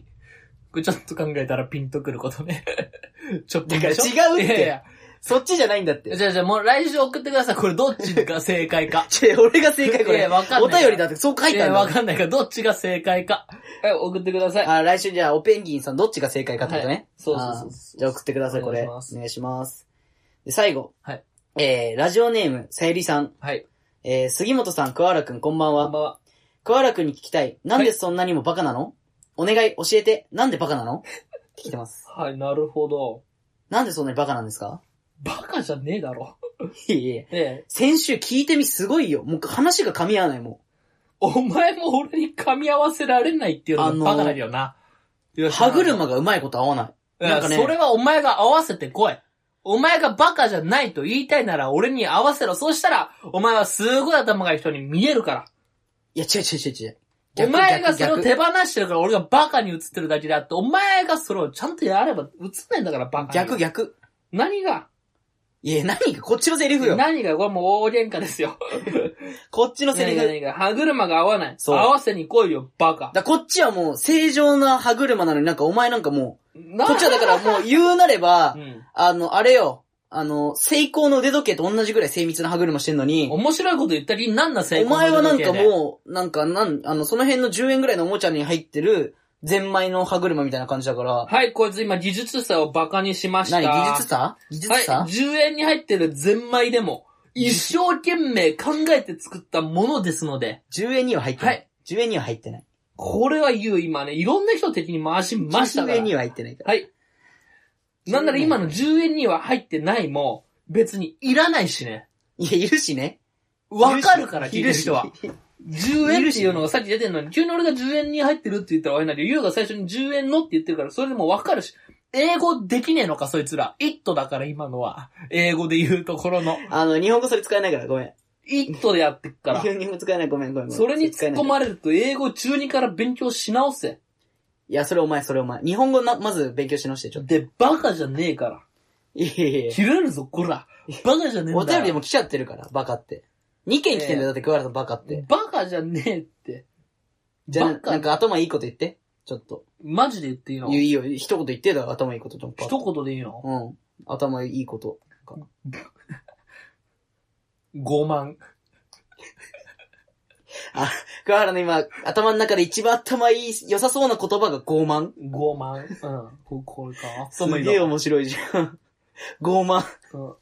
[SPEAKER 2] これちょっと考えたらピンとくることね。 ちょっとでしょ
[SPEAKER 1] だから違うって
[SPEAKER 2] いやいや
[SPEAKER 1] そっちじゃないんだって。。
[SPEAKER 2] じゃあじゃあもう来週送ってください。これどっちが正解か
[SPEAKER 1] ちぇ、俺が 正解こ
[SPEAKER 2] い
[SPEAKER 1] れ。
[SPEAKER 2] やわかん
[SPEAKER 1] お
[SPEAKER 2] ない
[SPEAKER 1] 便りだって、そう書い
[SPEAKER 2] い
[SPEAKER 1] た
[SPEAKER 2] や
[SPEAKER 1] ん
[SPEAKER 2] わ
[SPEAKER 1] だ。
[SPEAKER 2] かんないから、どっちが正解か。はい、送ってください。
[SPEAKER 1] あ、来週じゃあ、おペンギンさんどっちが正解かってこと
[SPEAKER 2] は
[SPEAKER 1] ね。
[SPEAKER 2] そうそうそう
[SPEAKER 1] あ
[SPEAKER 2] そう
[SPEAKER 1] じゃあ送ってください、これ。
[SPEAKER 2] お願いし
[SPEAKER 1] お
[SPEAKER 2] ます
[SPEAKER 1] 願いします。で、最後。
[SPEAKER 2] はい。
[SPEAKER 1] えー、ラジオネーム、さゆりさん。
[SPEAKER 2] はい。
[SPEAKER 1] えー、杉本さん、桑原くん、こんばん
[SPEAKER 2] こん
[SPEAKER 1] は。
[SPEAKER 2] ばんは。
[SPEAKER 1] 桑原くんに聞きたい。なん
[SPEAKER 2] は
[SPEAKER 1] でそんなにもバカなのお願い、教えて。なんでバカなのって聞いてます。
[SPEAKER 2] はい、なるほど。
[SPEAKER 1] なんでそんなにバカなんですか
[SPEAKER 2] バカじゃねえだろ。
[SPEAKER 1] いえいえ。
[SPEAKER 2] ええ。
[SPEAKER 1] 先週聞いてみすごいよ。もう話が噛み合わないも
[SPEAKER 2] お前も俺に噛み合わせられないっていうの
[SPEAKER 1] あ
[SPEAKER 2] が
[SPEAKER 1] の
[SPEAKER 2] バカだよな。
[SPEAKER 1] ん。歯車がうまいこと合わない。なんかね
[SPEAKER 2] それはお前が合わせてこい。お前がバカじゃないと言いたいなら俺に合わせろ。そうしたら、お前はすごい頭がいい人に見えるか
[SPEAKER 1] いや、違う違う違う違う
[SPEAKER 2] ら。
[SPEAKER 1] 逆。
[SPEAKER 2] お前がそれを
[SPEAKER 1] 逆
[SPEAKER 2] 手放してるから俺がバカに映ってるだけであって、お前がそれをちゃんとやれば映んないんだからバカに。
[SPEAKER 1] 逆逆逆。
[SPEAKER 2] 何が
[SPEAKER 1] いや、何がこっちのセリフよ。
[SPEAKER 2] 何がこれもう大喧嘩です よ。
[SPEAKER 1] こっちのセリ
[SPEAKER 2] 何が
[SPEAKER 1] フ。
[SPEAKER 2] 何が歯車が合わない。合
[SPEAKER 1] そう
[SPEAKER 2] わせに来いよ、バカ。
[SPEAKER 1] だこっちはもう正常な歯車なのになんかお前なんかもう、
[SPEAKER 2] こ
[SPEAKER 1] こっちはだからもう 言うなれば
[SPEAKER 2] う、ん。
[SPEAKER 1] あの、あれよ、あの、成功の腕時計と同じぐらい精密な歯車してんのに、
[SPEAKER 2] 面白いこと言った気になんな成
[SPEAKER 1] お
[SPEAKER 2] 功の
[SPEAKER 1] 前はなん
[SPEAKER 2] 時計
[SPEAKER 1] か
[SPEAKER 2] で
[SPEAKER 1] もう、なんかなん、あの、その辺の10円ぐらいのおもちゃに入ってる、ゼンマイの歯車みたいな感じだから、
[SPEAKER 2] はい、こいつ今技術者をバカにしました。
[SPEAKER 1] 何技術差技術差、
[SPEAKER 2] はい、10円に入ってるゼンマイでも、一生懸命考えて作ったものですので、
[SPEAKER 1] ?10 円には入ってない。
[SPEAKER 2] はい
[SPEAKER 1] 10円には入ってない。
[SPEAKER 2] これは言う、今ね、いろんな人的に回しましたか
[SPEAKER 1] 10円に
[SPEAKER 2] ら。
[SPEAKER 1] は入ってないから。
[SPEAKER 2] はい。なんなら今の10円には入ってないも、別にいらないしね。
[SPEAKER 1] いや、いるしね。
[SPEAKER 2] わかるから、聞いてる人は。
[SPEAKER 1] いるし。
[SPEAKER 2] 10円っていうのがさっき出てんのに、急に俺が10円に入ってるって言ったら終わりなんで、ユウが最初に10円のって言ってるから、それでもわかるし、英語できねえのか、そいつら。イットだから、今のは。英語で言うところの。
[SPEAKER 1] あの、日本語それ使えないから、ごめん。
[SPEAKER 2] イットでやってっから。
[SPEAKER 1] 日本語使えない、ごめん、ごめん。ごめん
[SPEAKER 2] それに突っ込
[SPEAKER 1] い。
[SPEAKER 2] まれると、英語中2から勉強し直せ。
[SPEAKER 1] いや、それお前、それお前。日本語な、まず勉強し直して、 ちょっと。
[SPEAKER 2] で、バカじゃねえから。
[SPEAKER 1] いやいやいや
[SPEAKER 2] 切れるぞ、こら。バカじゃねえんだ。
[SPEAKER 1] お便りでも来ちゃってるから、バカって。2件来てんだよ、だって食われたバカって。
[SPEAKER 2] バカじゃねえって。
[SPEAKER 1] じゃあ、
[SPEAKER 2] バカ
[SPEAKER 1] なんか頭いいこと言って。ちょっと。
[SPEAKER 2] マジで言っていいの
[SPEAKER 1] いいよ、いいよ一言言ってだろ、頭いいこと、ちょっと。
[SPEAKER 2] 一言でいいの
[SPEAKER 1] うん。頭いいこと。
[SPEAKER 2] ?5 万。
[SPEAKER 1] 桑原の今、頭の中で一番頭いい、良さそうな言葉が傲慢。
[SPEAKER 2] 5万。うん。ここれか。
[SPEAKER 1] すげえ面白いじゃん。傲慢。
[SPEAKER 2] うんは、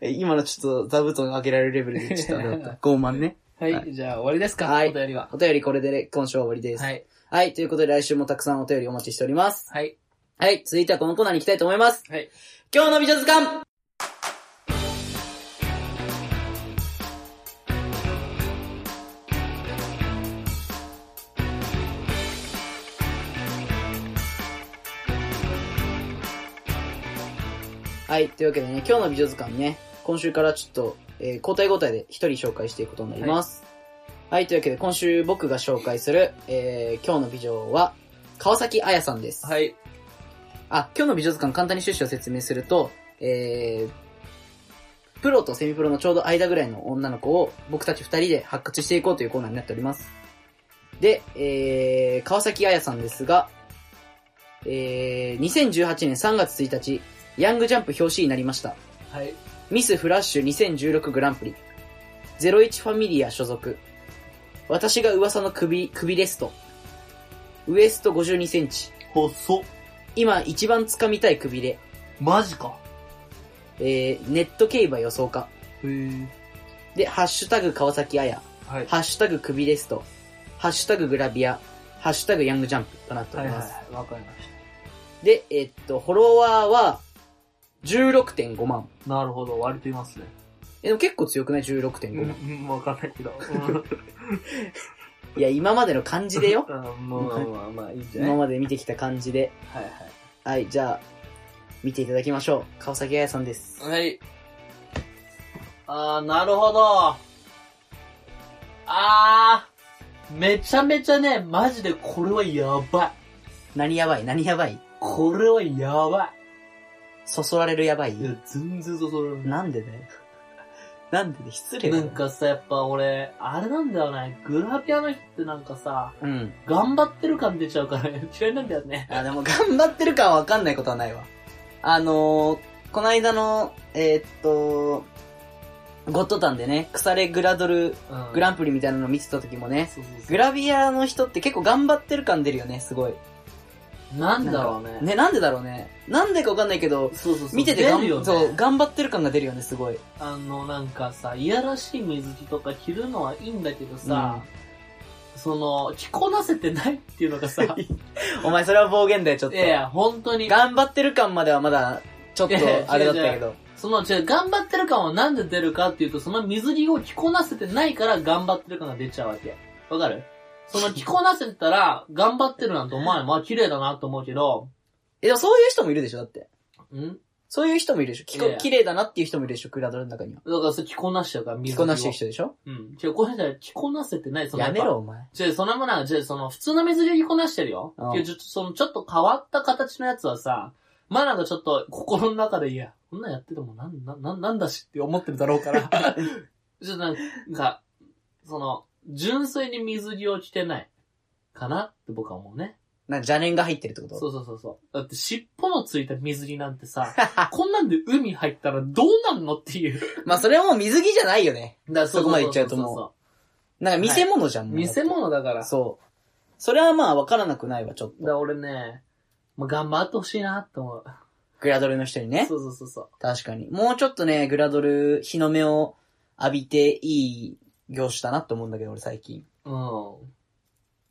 [SPEAKER 1] え今のちょっと座布団開けられるレベルでちょっとあ れだった。傲慢ね。はい
[SPEAKER 2] じゃあ終わりですか、
[SPEAKER 1] はい
[SPEAKER 2] お便りは。
[SPEAKER 1] お便りこれで今週は終わりです。
[SPEAKER 2] はい。
[SPEAKER 1] はい、ということで来週もたくさんお便りお待ちしております。
[SPEAKER 2] はい。
[SPEAKER 1] はい、続いてはこのコーナーに行きたいと思います。
[SPEAKER 2] はい。
[SPEAKER 1] 今日の美女図鑑はい、というわけでね、今日の美女図鑑ね、今週からちょっと、えー交代交代で一人紹介していくことになります。はい、というわけで今週僕が紹介する、えー今日の美女は、川崎彩さんです。
[SPEAKER 2] はい。
[SPEAKER 1] あ、今日の美女図鑑簡単に趣旨を説明すると、えー、プロとセミプロのちょうど間ぐらいの女の子を僕たち二人で発掘していこうというコーナーになっております。で、えー、川崎彩さんですが、えー、2018年3月1日、ヤングジャンプ表紙になりました。
[SPEAKER 2] はい。
[SPEAKER 1] ミスフラッシュ2016グランプリ。01ファミリア所属。私が噂の首、首レスト。ウエスト52センチ。
[SPEAKER 2] 細っ。
[SPEAKER 1] 今一番掴みたいくびれ、
[SPEAKER 2] マジか。
[SPEAKER 1] えー、ネット競馬予想家。
[SPEAKER 2] へえ。
[SPEAKER 1] で、ハッシュタグ川崎彩、
[SPEAKER 2] はい。
[SPEAKER 1] ハッシュタグくびレスト、ハッシュタググラビア、ハッシュタグヤングジャンプとなってお
[SPEAKER 2] はい
[SPEAKER 1] り
[SPEAKER 2] は
[SPEAKER 1] ます。
[SPEAKER 2] い。わかりまし
[SPEAKER 1] で、えっと、フォロワーは16.5万。
[SPEAKER 2] た。なるほど、割といますね。
[SPEAKER 1] え、でも結構強くない ?16.5
[SPEAKER 2] うん
[SPEAKER 1] 万。
[SPEAKER 2] うん、わかんない けど。
[SPEAKER 1] いや、今までの感じで よ。
[SPEAKER 2] うん、まあまあまあ、いいんじゃない
[SPEAKER 1] 今ま
[SPEAKER 2] は
[SPEAKER 1] で見てきた感じで。
[SPEAKER 2] いはい。
[SPEAKER 1] はい、じゃあ、見ていただきましょう。川崎彩さんです。
[SPEAKER 2] はい。あー、なるほど。あー、めちゃめちゃね、マジでこれはやばい。
[SPEAKER 1] 何やばい何やばい
[SPEAKER 2] これはやば
[SPEAKER 1] そそられるやばい
[SPEAKER 2] い。いや、全然そそられない。
[SPEAKER 1] なんでだよ。 なんでだよ失礼だ
[SPEAKER 2] な
[SPEAKER 1] よ
[SPEAKER 2] んかさ、やっぱ俺、あれなんだよね。グラビアの人ってなんかさ、
[SPEAKER 1] うん。
[SPEAKER 2] 頑張ってる感出ちゃうから、嫌いなんだよね。
[SPEAKER 1] あ、でも頑張ってるかはわかんないことはないわ。あのー、この間の、えーっと、ゴッドタンでね、腐れグラドル
[SPEAKER 2] うん
[SPEAKER 1] グランプリみたいなの見てた時もね、
[SPEAKER 2] そうそうそ
[SPEAKER 1] グラビアの人って結構頑張ってる感出るよね、すごい。
[SPEAKER 2] う。なんだろうね。
[SPEAKER 1] ね、なんでだろうね。なんでかわかんないけど、
[SPEAKER 2] そうそうそう。
[SPEAKER 1] 見てて
[SPEAKER 2] 出
[SPEAKER 1] がん
[SPEAKER 2] るよね。
[SPEAKER 1] そう、頑張ってる感が出るよね、すごい。
[SPEAKER 2] あの、なんかさ、いやらしい水着とか着るのはいいんだけどさ、その、着こなせてないっていう のがさ、い
[SPEAKER 1] お前それは暴言だよ、ちょっと。
[SPEAKER 2] やいや、本当に、
[SPEAKER 1] 頑張ってる感まではまだ、ちょっと
[SPEAKER 2] いやいや
[SPEAKER 1] あれだったけど。
[SPEAKER 2] その、違う、頑張ってる感はなんで出るかっていうと、その水着を着こなせてないから頑張ってる感が出ちゃうわけ。わかるその着こなせてたら、 頑張ってるなんて思わない。まあ、綺麗だなと思うけど、
[SPEAKER 1] え、でもそういう人もいるでしょ、だって。
[SPEAKER 2] ん
[SPEAKER 1] そういう人もいるでしょ。きこ
[SPEAKER 2] いやいや
[SPEAKER 1] 綺麗だなっていう人もいるでしょ、クラドルの中には。
[SPEAKER 2] だからそれ着こなしちゃうから、
[SPEAKER 1] 着
[SPEAKER 2] 水着を
[SPEAKER 1] こなしてる。人でしょ
[SPEAKER 2] うん。違う、こうしたら着こなせてない。その
[SPEAKER 1] や
[SPEAKER 2] っぱ
[SPEAKER 1] めろ、お前。
[SPEAKER 2] 違う、そんなものは、違う、その、普通の水着着こなしてるよ。
[SPEAKER 1] うん
[SPEAKER 2] 違う、ちょっと、その、ちょっと変わった形のやつはさ、まあなんかちょっと、心の中で、いや、こんなんやってても、なん、なん、なんなんだしって思ってるだろう から。ちょっとなんか、その、純粋に水着を着てない。かなって僕は思うね。
[SPEAKER 1] なんか邪念が入ってるってこと
[SPEAKER 2] そうそうそうそう。だって尻尾のついた水着なんてさ、 こんなんで海入ったらどうなんのっていう。
[SPEAKER 1] まあそれはもう水着じゃないよね。
[SPEAKER 2] だから
[SPEAKER 1] そこまで言っちゃうともなんか見せ物じゃん、
[SPEAKER 2] う
[SPEAKER 1] もう
[SPEAKER 2] 見せ物だから。
[SPEAKER 1] そう。それはまあ分からなくないわ、ちょっ
[SPEAKER 2] だか
[SPEAKER 1] と。
[SPEAKER 2] ら俺ね、まあ、頑張ってほしいなって思う。
[SPEAKER 1] グラドルの人にね
[SPEAKER 2] そ。うそうそうそう。
[SPEAKER 1] 確かに。もうちょっとね、グラドル、日の目を浴びていい業種だなって思うんだけど、俺最近。
[SPEAKER 2] うん。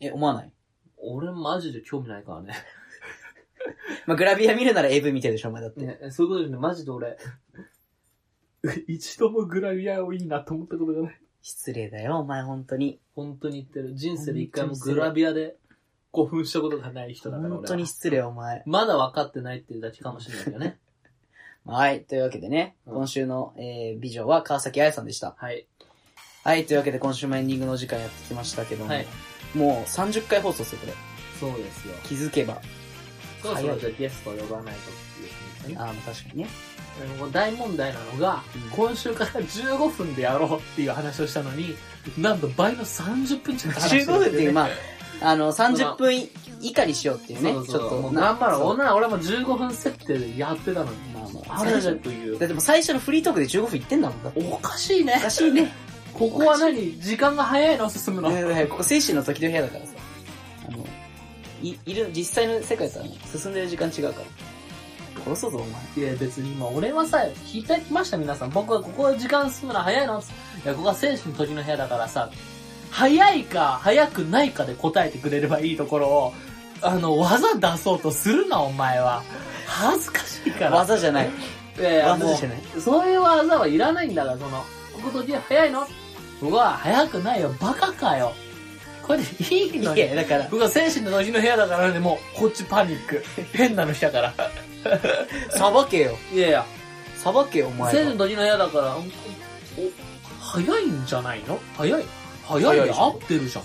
[SPEAKER 1] え、思わない
[SPEAKER 2] 俺マジで興味ないからね。
[SPEAKER 1] まあ、グラビア見るなら AV 見てるでしょ、お前だって。
[SPEAKER 2] ねそういうことでね、マジで俺、 一度もグラビアをいいなと思ったことがない。
[SPEAKER 1] 失礼だよ、お前、本当に。
[SPEAKER 2] 本当に言ってる。人生で一回もグラビアで興奮したことがない人だから俺は
[SPEAKER 1] 本当に失礼、お前。
[SPEAKER 2] まだ分かってないっていうだけかもしれないけど ね。
[SPEAKER 1] はい、というわけでね、
[SPEAKER 2] うん
[SPEAKER 1] 今週の、えー、美女は川崎彩さんでした。
[SPEAKER 2] はい。
[SPEAKER 1] はい、というわけで今週もエンディングのお時間やってきましたけども、
[SPEAKER 2] はい。
[SPEAKER 1] もう30回放送する、これ。
[SPEAKER 2] そうですよ。
[SPEAKER 1] 気づけば。
[SPEAKER 2] そう
[SPEAKER 1] 早い
[SPEAKER 2] そう、じゃあゲストを呼ばないとっていうふうにね。
[SPEAKER 1] ああ、確かにね。
[SPEAKER 2] でも大問題なのが、
[SPEAKER 1] うん
[SPEAKER 2] 今週から15分でやろうっていう話をしたのに、なんと倍の30分近く話してる
[SPEAKER 1] 15分っていう、
[SPEAKER 2] ね
[SPEAKER 1] まあ、あの、30分以以下にしようっていうね。
[SPEAKER 2] そうそう
[SPEAKER 1] ちょっと。
[SPEAKER 2] もう頑張ろう。
[SPEAKER 1] そう
[SPEAKER 2] 女は俺も15分設定でやってたのに。
[SPEAKER 1] まあまあ
[SPEAKER 2] あれだとい
[SPEAKER 1] だっ
[SPEAKER 2] う。
[SPEAKER 1] てもう最初のフリートークで15分いってんだもん。だって
[SPEAKER 2] おかしいね
[SPEAKER 1] お。かしい ね。
[SPEAKER 2] ここは何時間が早いの進むの。
[SPEAKER 1] ねねここ精神の時の部屋だからさ。あの、い、いる、実際の世界とはね、進んでる時間違うから。殺そうぞ、お前。
[SPEAKER 2] いや、別に今、俺はさ、聞いてきました、皆さん。僕はここは時間進むの早いのいや、ここは精神の時の部屋だからさ、早いか、早くないかで答えてくれればいいところを、あの、技出そうとするな、お前は。恥ずかしいから。
[SPEAKER 1] 技じゃない。
[SPEAKER 2] いやいや、も
[SPEAKER 1] 技
[SPEAKER 2] う
[SPEAKER 1] じゃない。
[SPEAKER 2] そういう技はいらないんだから、その、ここ時計早いの僕は早くないよ、バカかよ。これでいい
[SPEAKER 1] い
[SPEAKER 2] のに。
[SPEAKER 1] や、だから、
[SPEAKER 2] 僕は精神の時の部屋だからね、もう、こっちパニック。変なの来たから。
[SPEAKER 1] さばけよ。
[SPEAKER 2] いやいや、
[SPEAKER 1] さばけよ、お前
[SPEAKER 2] 精神
[SPEAKER 1] は。
[SPEAKER 2] の時の部屋だから、うんお早いんじゃないの早い早い
[SPEAKER 1] 早い
[SPEAKER 2] で
[SPEAKER 1] じゃん
[SPEAKER 2] 合ってるじゃん。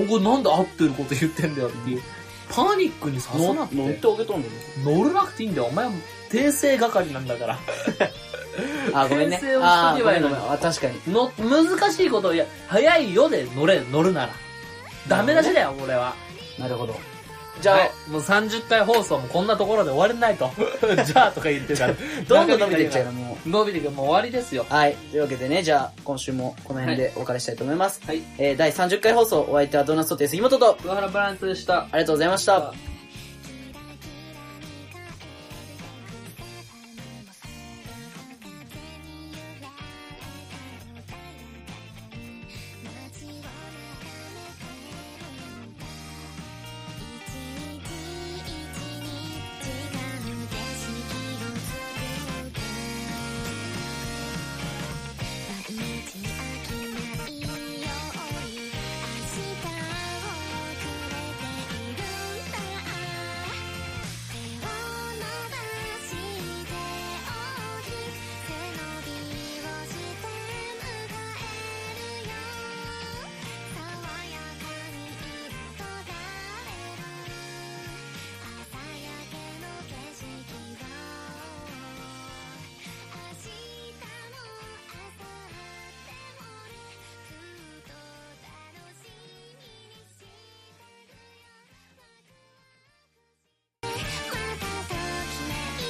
[SPEAKER 2] おこれなんで合ってること言ってんだよっていう。パニックにさ
[SPEAKER 1] 乗
[SPEAKER 2] せなく。
[SPEAKER 1] 乗っててあげとんね
[SPEAKER 2] 乗らなくていいんだよ。お前は訂正係なんだから。
[SPEAKER 1] あ、ごめんね
[SPEAKER 2] 訂正。をし
[SPEAKER 1] あー、
[SPEAKER 2] とけ
[SPEAKER 1] ご
[SPEAKER 2] ば
[SPEAKER 1] め
[SPEAKER 2] いい
[SPEAKER 1] ん
[SPEAKER 2] の
[SPEAKER 1] ご
[SPEAKER 2] に
[SPEAKER 1] めん。あ確かに。
[SPEAKER 2] の、難しいことを、いや、早いよで乗れ、乗るなら。ダメ出しだよ、俺は。
[SPEAKER 1] なるほど。じ
[SPEAKER 2] じ
[SPEAKER 1] ゃあ、
[SPEAKER 2] ゃあ、もう30回放送もこんなところで終われない と。じゃあとか言ってたら、
[SPEAKER 1] どんどん伸びていっちゃう
[SPEAKER 2] う。
[SPEAKER 1] の、もう。
[SPEAKER 2] 伸びていく、もう終わりですよ。
[SPEAKER 1] はい。というわけでね、じゃあ、今週もこの辺でお別れしたいと思います。
[SPEAKER 2] はい。
[SPEAKER 1] えー、第30回放送、お相手はドーナツソテー杉本と、
[SPEAKER 2] 桑原ブラントでした。
[SPEAKER 1] ありがとうございました。
[SPEAKER 2] あ